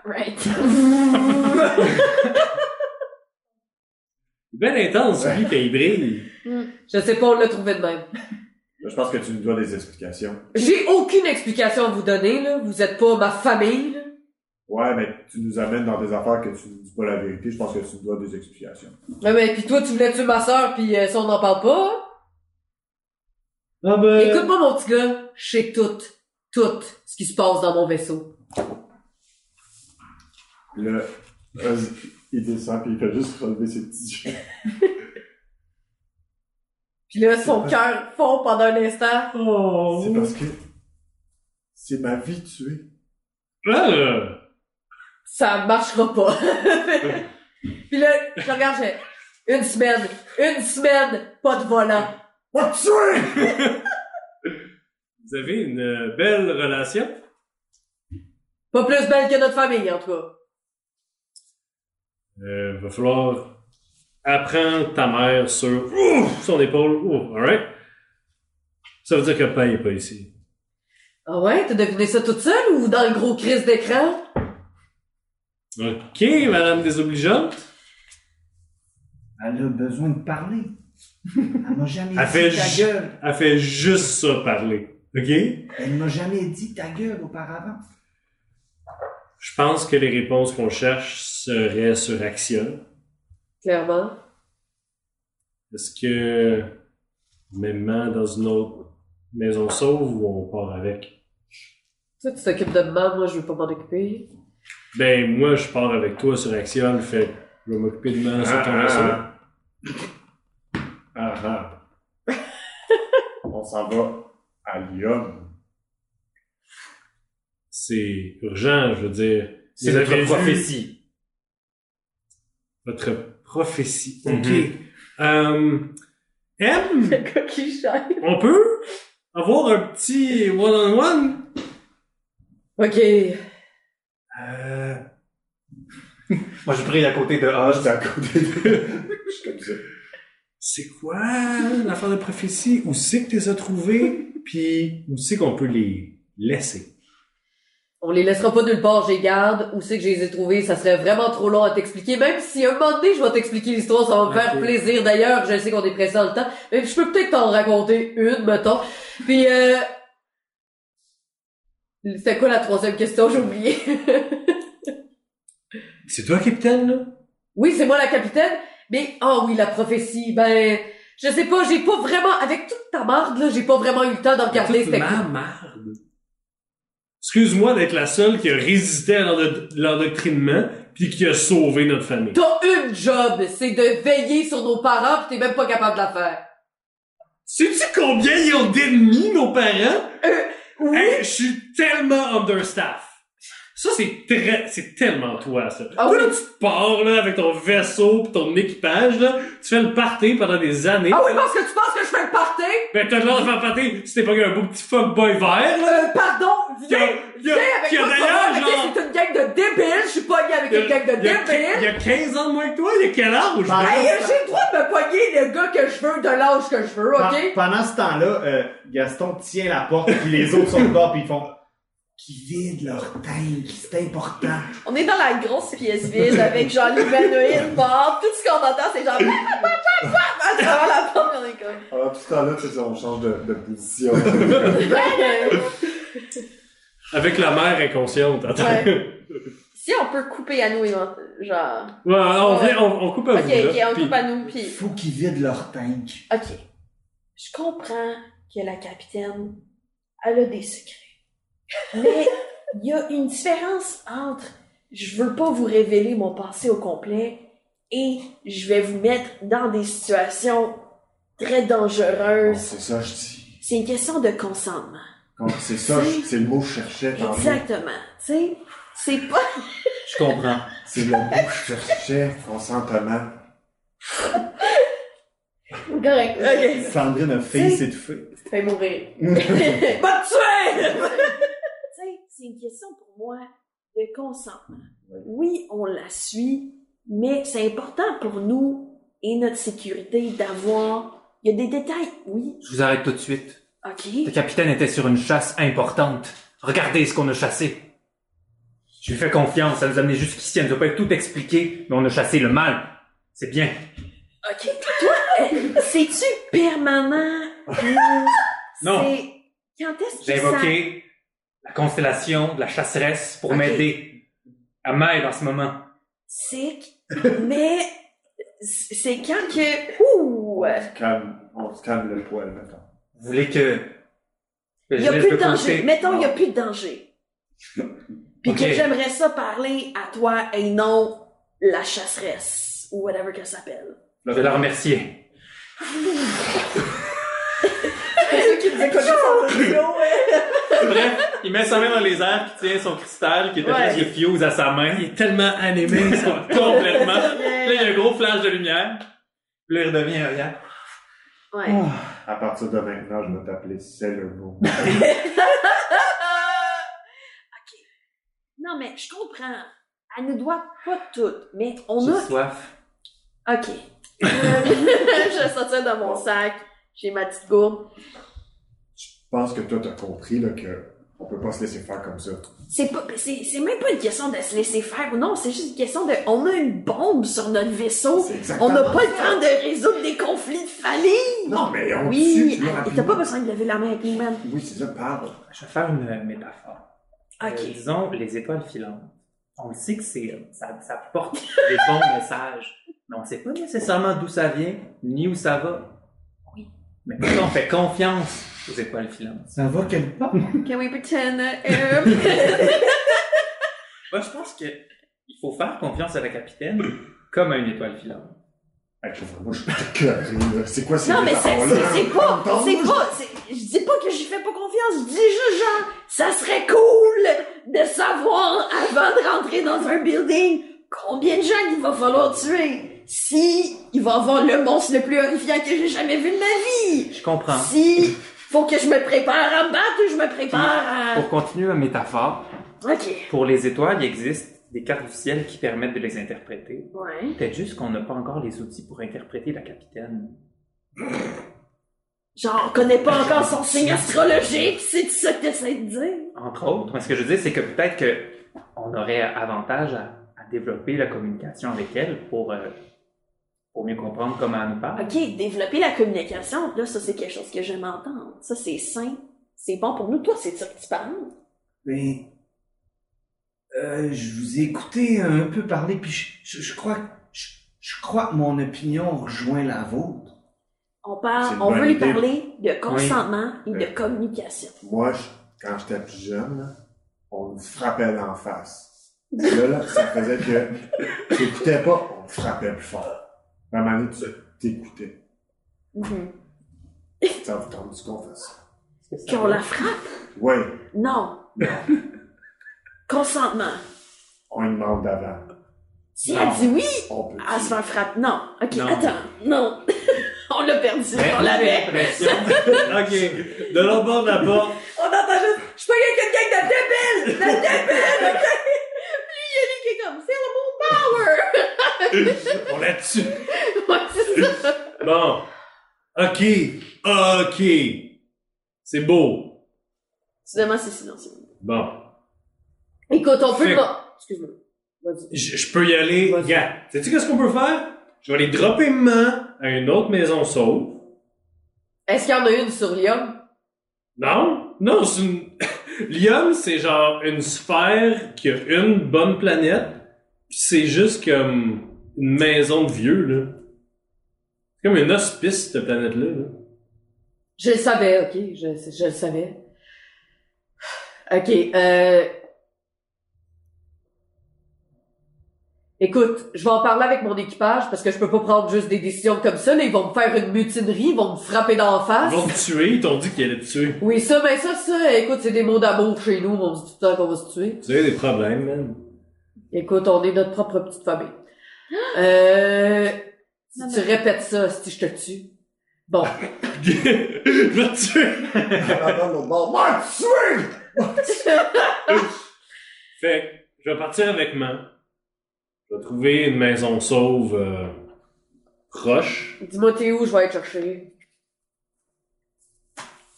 Speaker 3: Right.
Speaker 1: C'est bien intense, lui, quand il brille.
Speaker 5: Je sais pas, on l'a trouvé de même.
Speaker 6: Là, je pense que tu nous dois des explications.
Speaker 5: J'ai aucune explication à vous donner, là. Vous êtes pas ma famille, là.
Speaker 6: Ouais, mais tu nous amènes dans des affaires que tu ne dis pas la vérité. Je pense que tu nous dois des explications.
Speaker 5: Ouais, mais pis toi, tu voulais tuer ma soeur, pis euh, ça, on n'en parle pas. hein?
Speaker 1: Ah ben.
Speaker 4: Euh.
Speaker 5: Écoute-moi, mon petit gars. Je sais tout, tout ce qui se passe dans mon vaisseau.
Speaker 6: Puis Là, vas-y, euh, il descend puis il fait juste relever ses petits yeux.
Speaker 5: Pis là, son cœur fond pendant un instant.
Speaker 1: Oh.
Speaker 6: C'est parce que c'est ma vie tuée.
Speaker 1: Ah!
Speaker 5: Ça marchera pas. pis là, je regarde, j'ai une semaine, une semaine, pas de volant.
Speaker 6: Moi tué!
Speaker 1: Vous avez une euh, belle relation.
Speaker 5: Pas plus belle que notre famille, en tout cas.
Speaker 1: Euh, va falloir apprendre ta mère sur ouf, son épaule. Ouf, alright. Ça veut dire que Pain n'est pas ici.
Speaker 5: Ah ouais, t'as deviné ça toute seule ou dans le gros crise d'écran?
Speaker 1: OK, Madame Désobligeante.
Speaker 2: Elle a besoin de parler. Elle m'a jamais
Speaker 1: Elle
Speaker 2: dit
Speaker 1: fait
Speaker 2: ta
Speaker 1: ju-
Speaker 2: gueule.
Speaker 1: Elle fait juste ça parler. OK?
Speaker 2: Elle m'a jamais dit ta gueule auparavant.
Speaker 1: Je pense que les réponses qu'on cherche seraient sur Action.
Speaker 5: Clairement.
Speaker 1: Est-ce que même dans une autre maison sauve ou on part avec?
Speaker 5: Toi, tu t'occupes de maman, moi, je veux pas m'en occuper.
Speaker 1: Ben, moi, je pars avec toi sur Action, fait que je vais m'occuper de moi sur ton assaut.
Speaker 6: Ah ah. On s'en va à Lyon.
Speaker 1: C'est urgent, je veux dire.
Speaker 4: C'est
Speaker 1: Vous avez
Speaker 4: notre
Speaker 1: vu
Speaker 4: prophétie.
Speaker 1: Votre prophétie.
Speaker 4: Mhm.
Speaker 1: OK. Euh, M,
Speaker 5: Le gars qui chante.
Speaker 1: on peut avoir un petit one-on-one?
Speaker 5: Ok.
Speaker 1: Euh,
Speaker 4: Moi, je brille à côté de
Speaker 6: Ah, j'étais
Speaker 4: Oz.
Speaker 6: à côté de. Je suis comme ça.
Speaker 1: c'est quoi l'affaire de prophétie? Où c'est que tu les as trouvés? Puis où c'est qu'on peut les laisser?
Speaker 5: On les laissera pas nulle part, j'ai garde. Où c'est que je les ai trouvés? Ça serait vraiment trop long à t'expliquer. Même si un moment donné, je vais t'expliquer l'histoire, ça va me faire
Speaker 1: Ok.
Speaker 5: plaisir. D'ailleurs, je sais qu'on est pressé dans le temps. Mais je peux peut-être t'en raconter une, mettons. Puis, euh... C'était quoi la troisième question? J'ai oublié. [laughs]
Speaker 1: C'est toi, capitaine, là?
Speaker 5: Oui, c'est moi la capitaine, mais ah oui, la prophétie, ben je sais pas, j'ai pas vraiment avec toute ta marde là, j'ai pas vraiment eu le temps de regarder
Speaker 1: Toute
Speaker 5: c'était
Speaker 1: ma marde. Excuse-moi d'être la seule qui a résisté à l'endo- l'endoctrinement puis qui a sauvé notre famille.
Speaker 5: T'as une job, c'est de veiller sur nos parents, pis t'es même pas capable de la faire.
Speaker 1: Sais-tu combien ils ont d'ennemis, nos parents?
Speaker 5: Euh, Oui.
Speaker 1: Hey, je suis tellement understaff. Ça, c'est très, c'est tellement toi, ça.
Speaker 5: Ah
Speaker 1: Toi,
Speaker 5: oui.
Speaker 1: là, tu pars, là, avec ton vaisseau pis ton équipage, là. Tu fais le party pendant des années.
Speaker 5: Ah oui, parce que tu penses que je fais le party?
Speaker 1: Ben, t'as l'air de faire party si t'es pas un beau petit fuckboy vert, là.
Speaker 5: Euh, pardon,
Speaker 1: Qui a,
Speaker 5: viens,
Speaker 1: qui a-
Speaker 5: viens avec
Speaker 1: qui a
Speaker 5: moi, tu vas voir,
Speaker 1: d'ailleurs,
Speaker 5: ok,
Speaker 1: genre...
Speaker 5: c'est une gang de débiles, je suis pognée avec une gang de
Speaker 1: Il y a- Il y
Speaker 5: débiles.
Speaker 1: a 15 ans de moins que toi, il y a quel âge?
Speaker 2: Ben,
Speaker 5: Hey, j'ai le droit de me pogner le gars que je veux, de l'âge que je veux, ok?
Speaker 2: Pen- Pendant ce temps-là, euh, Gaston tient la porte, puis les autres sont dehors, puis ils font qui vident leur tank, c'est important.
Speaker 7: On est dans la grosse pièce vide avec genre l'humanoïde mort. Tout ce qu'on entend, c'est genre. à travers la porte, on est comme.
Speaker 6: Alors, tout Ah, ce temps-là, tu sais, on change de, de
Speaker 2: [laughs]
Speaker 6: position.
Speaker 1: Avec la mère inconsciente, attends.
Speaker 7: Ouais. Si on peut couper à nous, éventu- genre.
Speaker 1: Ouais, on, vient- on, on coupe à
Speaker 7: Ok,
Speaker 1: vous, là,
Speaker 7: ok, on
Speaker 1: Ah, puis-
Speaker 7: coupe à nous,
Speaker 2: Il
Speaker 7: puis.
Speaker 2: faut qu'ils vident leur tank.
Speaker 7: Ok. Je comprends que la capitaine, elle a des secrets. Mais il y a une différence entre je veux pas vous révéler mon passé au complet et je vais vous mettre dans des situations très
Speaker 6: Bon,
Speaker 7: dangereuses.
Speaker 6: c'est ça, je dis.
Speaker 3: C'est une question de consentement.
Speaker 6: Quand- C'est ça, je- c'est le mot que je cherchais tantôt.
Speaker 3: Exactement. Tu sais, c'est pas
Speaker 4: Je comprends.
Speaker 6: C'est le mot que je cherchais, consentement.
Speaker 2: [laughs]
Speaker 7: Correct. Ok.
Speaker 2: Sandrine a failli s'étouffer.
Speaker 7: Fais mourir.
Speaker 5: Pas
Speaker 3: [laughs]
Speaker 5: de tuer!
Speaker 3: Tu sais, c'est une question pour moi de consentement. Oui, on la suit, mais c'est important pour nous et notre sécurité d'avoir. Il y a des détails, oui,
Speaker 4: Je vous arrête tout de suite. Le
Speaker 3: ok.
Speaker 4: capitaine était sur une chasse importante. Regardez ce qu'on a chassé. Je lui fais confiance, ça nous a amené jusqu'ici. Elle nous a pas tout expliqué, mais on a chassé le mal. C'est bien.
Speaker 3: Ok. Toi,
Speaker 1: Ah.
Speaker 3: euh, c'est-tu permanent ou
Speaker 1: [laughs]
Speaker 4: Non.
Speaker 3: c'est- Quand est-ce que
Speaker 4: J'ai
Speaker 3: ça-
Speaker 4: invoqué la constellation de la chasseresse pour
Speaker 3: Ok.
Speaker 4: m'aider. Elle m'aide en ce moment.
Speaker 3: Sick, mais c- c'est quand que.
Speaker 7: Ouh!
Speaker 6: On se calme, on se calme le poil, maintenant.
Speaker 4: Vous voulez que... que
Speaker 3: Il
Speaker 4: je
Speaker 3: n'y a
Speaker 4: laisse
Speaker 3: plus de
Speaker 4: de côté?
Speaker 3: danger. Mettons, il n'y a plus de danger. Puis
Speaker 4: Ok.
Speaker 3: que j'aimerais ça parler à toi et non la chasseresse ou whatever qu'elle s'appelle.
Speaker 4: Je vais la remercier.
Speaker 7: C'est ceux qui nous
Speaker 5: [laughs]
Speaker 7: écoutent juste en audio, ouais.
Speaker 4: Bref, il met sa main dans les airs, puis tient son cristal, qui était
Speaker 7: Ouais.
Speaker 4: juste le fuse à sa main.
Speaker 1: Il est tellement animé,
Speaker 4: [laughs]
Speaker 1: ça.
Speaker 4: Complètement. Puis Là, il y a un gros flash de lumière. Puis là, il redevient rien.
Speaker 3: Ouais.
Speaker 6: À partir de maintenant, je vais t'appeler Sailor Moon.
Speaker 3: Non, mais je comprends. Elle nous doit pas toutes, mais on
Speaker 4: J'ai
Speaker 3: a.
Speaker 4: soif.
Speaker 3: [laughs] Ok.
Speaker 7: je vais sortir de mon sac. J'ai ma petite gourde.
Speaker 6: Je pense que toi, t'as compris, là, que on peut pas se laisser faire comme ça.
Speaker 3: C'est pas, c'est, c'est même pas une question de se laisser faire ou non, c'est juste une question de, on a une bombe sur notre vaisseau.
Speaker 6: C'est exactement.
Speaker 3: Oh, On n'a pas le temps de résoudre des conflits de famille.
Speaker 6: Non, mais on
Speaker 3: Oui,
Speaker 6: tue plus
Speaker 3: et t'as pas
Speaker 6: rapidement.
Speaker 3: besoin de lever la main avec nous-mêmes.
Speaker 6: Oui, c'est ça, parle.
Speaker 4: Je vais faire une euh, métaphore. Euh,
Speaker 3: Ok.
Speaker 4: disons, les étoiles filantes. On le sait que c'est, ça, ça
Speaker 3: [laughs]
Speaker 4: porte des bons messages, mais on ne sait pas nécessairement d'où ça vient, ni où ça va.
Speaker 3: Oui.
Speaker 4: Mais pourquoi on fait confiance aux étoiles filantes?
Speaker 2: Ça va quelque part.
Speaker 3: Can we pretend, um, [laughs]
Speaker 4: Moi, je pense que il faut faire confiance à la capitaine comme à une étoile filante.
Speaker 6: Hey, je trouve vraiment, je suis écœuré, là. C'est quoi ces
Speaker 3: Non, mais c'est,
Speaker 6: métaphores-là?
Speaker 3: c'est, c'est pas,
Speaker 6: Attends,
Speaker 3: c'est
Speaker 6: moi, je-
Speaker 3: pas, c'est- je dis pas que j'y fais pas confiance, je dis juste genre, ça serait cool de savoir avant de rentrer dans un building combien de gens il va falloir tuer. Si il va avoir le monstre le plus horrifiant que j'ai jamais vu de ma vie.
Speaker 4: Je comprends.
Speaker 3: Si faut que je me prépare à me battre ou je me prépare
Speaker 4: Pour continuer ma métaphore,
Speaker 3: à... Ok.
Speaker 4: pour les étoiles, il existe des cartes du ciel qui permettent de les interpréter.
Speaker 3: Ouais.
Speaker 4: Peut-être juste qu'on n'a pas encore les outils pour interpréter la capitaine.
Speaker 3: Genre, on connaît pas encore son signe astrologique, c'est ça que t'essaies de dire.
Speaker 4: Entre autres, mais ce que je veux dire, c'est que peut-être que on aurait avantage à, à développer la communication avec elle pour, euh, pour mieux comprendre comment elle nous parle.
Speaker 3: OK, développer la communication, là, ça, c'est quelque chose que j'aime entendre. Ça, c'est sain. C'est bon pour nous. Toi, c'est de ça que tu parles.
Speaker 2: Ben, euh, je vous ai écouté un peu parler, puis je, je- je crois, que- je, je crois que mon opinion rejoint la vôtre.
Speaker 3: On
Speaker 6: C'est
Speaker 3: parle,
Speaker 6: une
Speaker 3: on
Speaker 6: bonne
Speaker 3: veut lui
Speaker 6: idée. Euh.
Speaker 3: parler de consentement et de communication.
Speaker 6: Moi, je- quand j'étais plus jeune, là, on me frappait d'en face. Là, là, ça faisait que t'écoutais pas, on me frappait plus fort. À un moment donné, tu t'écoutais.
Speaker 3: Mhm.
Speaker 6: Ça vous tombe du qu'on fait ça.
Speaker 4: Est-ce que ça
Speaker 3: Qu'on
Speaker 4: va?
Speaker 3: la frappe?
Speaker 6: Oui, [laughs]
Speaker 3: Non. Consentement.
Speaker 6: on lui demande d'avant.
Speaker 3: Si
Speaker 6: Non.
Speaker 3: elle dit oui,
Speaker 6: On peut.
Speaker 3: elle se fait frapper. Non. OK,
Speaker 4: Non.
Speaker 3: attends. Non. [laughs] on l'a perdu. On l'avait.
Speaker 1: [laughs]
Speaker 4: Pression.
Speaker 1: OK. De l'autre bord de la porte.
Speaker 2: [laughs]
Speaker 7: On entend juste, je suis pas quelqu'un de gang de débiles!
Speaker 6: [laughs]
Speaker 7: De débiles! ok?
Speaker 3: Qui est comme, c'est
Speaker 1: On l'a dessus.
Speaker 3: le mot power! Ouais, c'est ça.
Speaker 1: Bon. OK. OK. C'est beau.
Speaker 6: [laughs]
Speaker 3: Soudainement, c'est silencieux.
Speaker 1: Bon.
Speaker 5: Écoute, on peut
Speaker 1: Fait-
Speaker 5: demander. Excuse-moi.
Speaker 1: Je, je peux y aller.
Speaker 5: Vas-y.
Speaker 1: Regarde. Sais-tu qu'est-ce qu'on peut faire? Je vais aller dropper main à une autre maison sauve.
Speaker 5: Est-ce qu'il y en a une sur Lyon?
Speaker 1: Non, non, c'est une... [laughs] Lyon, c'est genre une sphère qui a une bonne planète, puis c'est juste comme une maison de vieux, là. C'est comme un hospice, cette planète-là. là.
Speaker 5: Je le savais, ok. Je, je le savais. Ok, euh... Écoute, je vais en parler avec mon équipage parce que je peux pas prendre juste des décisions comme ça. Là, ils vont me faire une mutinerie, ils vont me frapper d'en
Speaker 1: Ils
Speaker 5: face.
Speaker 1: vont te tuer, ils t'ont dit qu'ils allaient te tuer.
Speaker 5: Oui, ça, ben ça, ça, écoute, c'est des mots d'amour chez nous. On se dit tout le temps qu'on va se tuer.
Speaker 1: Tu as des problèmes, man.
Speaker 5: Écoute, on est notre propre petite
Speaker 3: [gasps]
Speaker 5: famille. Euh... Si
Speaker 3: Non,
Speaker 5: tu
Speaker 3: mais-
Speaker 5: répètes ça, si je te tue. Bon.
Speaker 1: Je vais te tuer.
Speaker 6: On entend l'autre bord. Moi, tu es!
Speaker 1: Fait que je vais partir avec moi. Je vais trouver une maison sauve euh, proche.
Speaker 5: Dis-moi t'es où, je vais aller te chercher.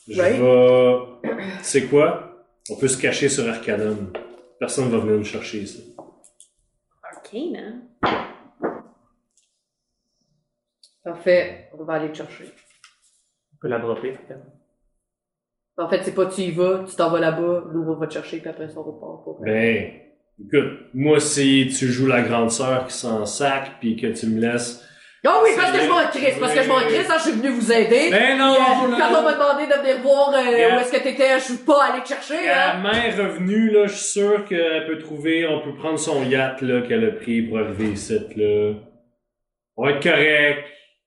Speaker 1: Je
Speaker 5: Ouais.
Speaker 1: vais... C'est quoi? On peut se cacher sur Arcanum. Personne va venir nous chercher ici.
Speaker 3: OK, man.
Speaker 5: Parfait, on va aller te chercher.
Speaker 4: On peut la dropper. peut-être.
Speaker 5: En fait, c'est pas tu y vas, tu t'en vas là-bas, nous on va te chercher, puis après ça on repart. pour-
Speaker 1: Ben, écoute, moi, si tu joues la grande sœur qui s'en sac, puis que tu me laisses...
Speaker 5: Ah oui, parce
Speaker 1: c'est
Speaker 5: que je m'en
Speaker 1: vrai.
Speaker 5: crisse, parce que je m'en crisse, hein, je suis venu vous aider.
Speaker 1: Ben non!
Speaker 5: Puis, euh, quand on m'a demandé de venir voir euh,
Speaker 1: Yeah.
Speaker 5: où est-ce que t'étais, je suis pas allé te chercher,
Speaker 1: La
Speaker 5: hein.
Speaker 1: main revenue, là, je suis sûr qu'elle peut trouver... On peut prendre son yacht, là, qu'elle a pris pour arriver ici, là. On va être correct.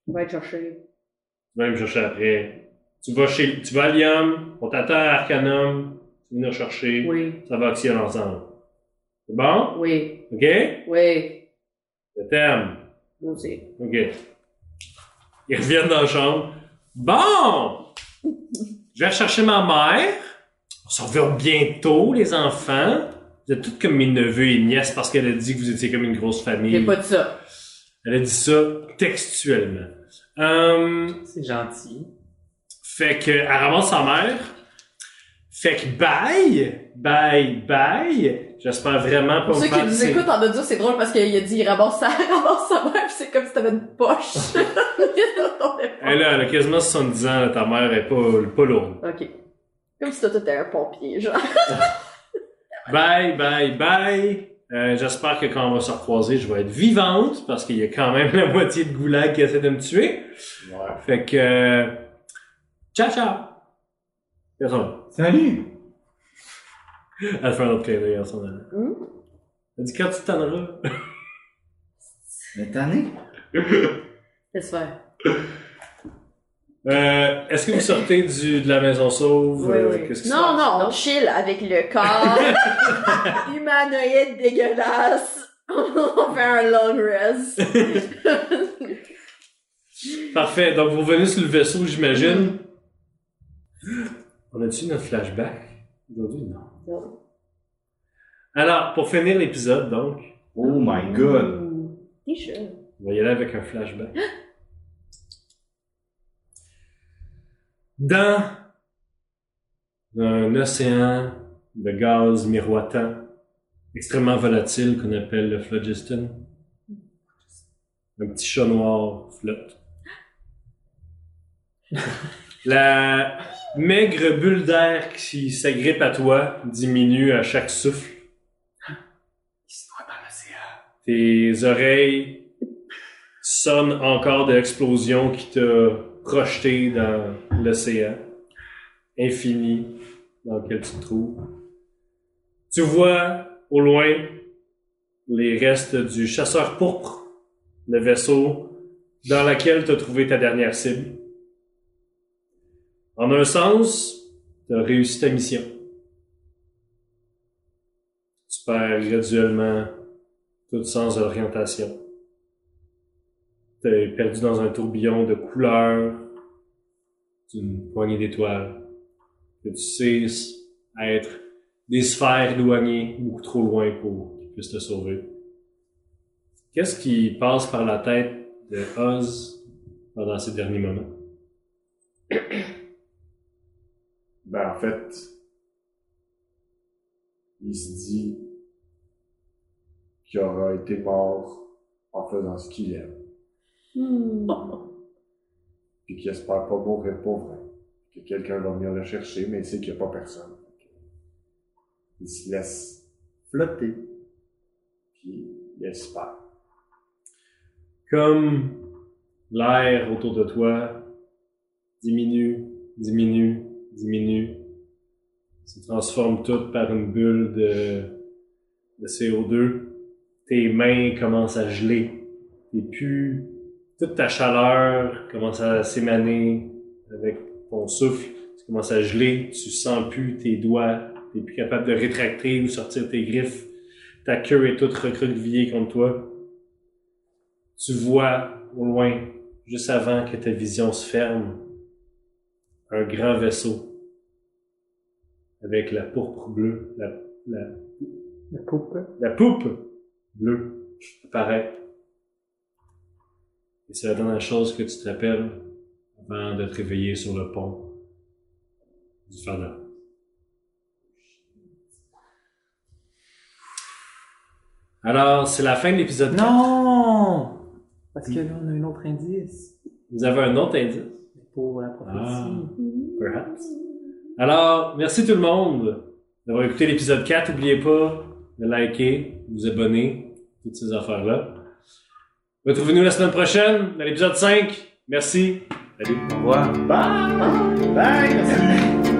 Speaker 5: On va te chercher.
Speaker 1: Tu vas aller me chercher après. Tu vas chez... Tu vas à Liam, on t'attend à Arcanum, tu vas venir chercher.
Speaker 5: Oui,
Speaker 1: Ça va actionner ensemble. C'est bon?
Speaker 5: oui,
Speaker 1: OK? Je
Speaker 5: oui,
Speaker 1: t'aime.
Speaker 5: nous aussi.
Speaker 1: OK. Ils reviennent dans la chambre. Bon! Je vais rechercher ma mère. On se reverra bientôt, les enfants. Vous êtes tous comme mes neveux et nièces parce qu'elle a dit que vous étiez comme une grosse
Speaker 5: T'es
Speaker 1: famille.
Speaker 5: pas de ça.
Speaker 1: Elle a dit ça textuellement. Hum,
Speaker 4: C'est gentil.
Speaker 1: fait que, elle ramasse sa mère. Fait que bye! Bye, bye! J'espère vraiment pas
Speaker 5: Pour
Speaker 1: me
Speaker 5: ceux qui
Speaker 1: faire
Speaker 5: nous
Speaker 1: tirer.
Speaker 5: écoutent en audio, c'est drôle parce qu'il a dit il ramasse ça, ramasse sa [laughs] mère, puis c'est comme si t'avais une poche. [laughs]
Speaker 1: Elle, là, elle a quasiment 70 ans, là, ta mère est pas, pas lourde.
Speaker 5: ok. Comme si toi, t'étais un pompier, genre.
Speaker 1: Bye, bye, bye! Euh, J'espère que quand on va se recroiser, je vais être vivante, parce qu'il y a quand même la [laughs] moitié de goulag qui essaie de me tuer.
Speaker 2: Ouais.
Speaker 1: Fait que... euh, Ciao, ciao! Personne.
Speaker 4: Salut!
Speaker 1: Elle fait un autre clin d'œil en son allant.
Speaker 5: Mm.
Speaker 1: Elle dit, quand tu t'en
Speaker 2: Mais t'en es?
Speaker 5: Laisse faire.
Speaker 1: Euh, Est-ce que vous sortez du, de la maison sauve?
Speaker 5: Oui,
Speaker 1: Euh,
Speaker 5: oui.
Speaker 1: Qu'est-ce qui se
Speaker 3: Non,
Speaker 1: passe?
Speaker 3: non,
Speaker 5: Non.
Speaker 3: on chill avec le corps humanoïde dégueulasse. [laughs] on fait un long rest.
Speaker 1: Parfait. Donc, vous venez sur le vaisseau, j'imagine.
Speaker 5: Hmm.
Speaker 1: On a-tu notre flashback? Aujourd'hui, non.
Speaker 5: Non.
Speaker 1: Alors, pour finir l'épisode, donc,
Speaker 2: Oh my god.
Speaker 5: T'es jeune.
Speaker 1: on va y aller avec un flashback. [gasps] Dans un océan de gaz miroitant, extrêmement volatile, qu'on appelle le phlogiston, un petit chat noir flotte. La maigre bulle d'air qui s'agrippe à toi diminue à chaque souffle. Tes oreilles sonnent encore de l'explosion qui t'a projeté dans l'océan infini dans lequel tu te trouves. Tu vois au loin les restes du chasseur pourpre, le vaisseau dans lequel tu as trouvé ta dernière cible. En un sens, tu as réussi ta mission. Tu perds graduellement tout sens d'orientation. T'es perdu dans un tourbillon de couleurs, d'une poignée d'étoiles, que tu sais être des sphères éloignées, beaucoup trop loin pour qu'ils puissent te sauver. Qu'est-ce qui passe par la tête de Oz pendant ces derniers moments?
Speaker 6: Ben, en fait, il se dit qu'il aura été mort en faisant ce qu'il aime.
Speaker 3: Oh,
Speaker 6: Puis qu'il espère pas mourir pour vrai. Que quelqu'un va venir le chercher, mais il sait qu'il n'y a pas personne. Il se laisse flotter. Puis il espère.
Speaker 1: comme l'air autour de toi diminue, diminue, diminue, se transforme tout par une bulle de, de CO2. Tes mains commencent à geler. Et puis, toute ta chaleur commence à s'émaner avec ton souffle. Tu commences à geler, tu sens plus tes doigts, tu plus capable de rétracter ou sortir tes griffes. Ta queue est toute recroquevillée contre toi tu vois au loin, juste avant que ta vision se ferme, un grand vaisseau avec la pourpre bleue, la, la,
Speaker 4: La coupe.
Speaker 1: la poupe bleue apparaît. Et c'est la dernière chose que tu te rappelles avant de te réveiller sur le pont du Fana. Alors, c'est la fin de l'épisode 4.
Speaker 4: Non! Parce que là, on a un autre indice
Speaker 1: Vous avez un autre indice?
Speaker 4: pour la
Speaker 1: Ah.
Speaker 4: prophétie.
Speaker 1: Perhaps. Alors, merci tout le monde d'avoir écouté l'épisode 4. N'oubliez pas de liker, de vous abonner, toutes ces affaires-là. Retrouvez-nous la semaine prochaine
Speaker 4: Ah.
Speaker 1: dans l'épisode 5. Merci. Salut.
Speaker 4: Au revoir.
Speaker 2: Bye! Bye!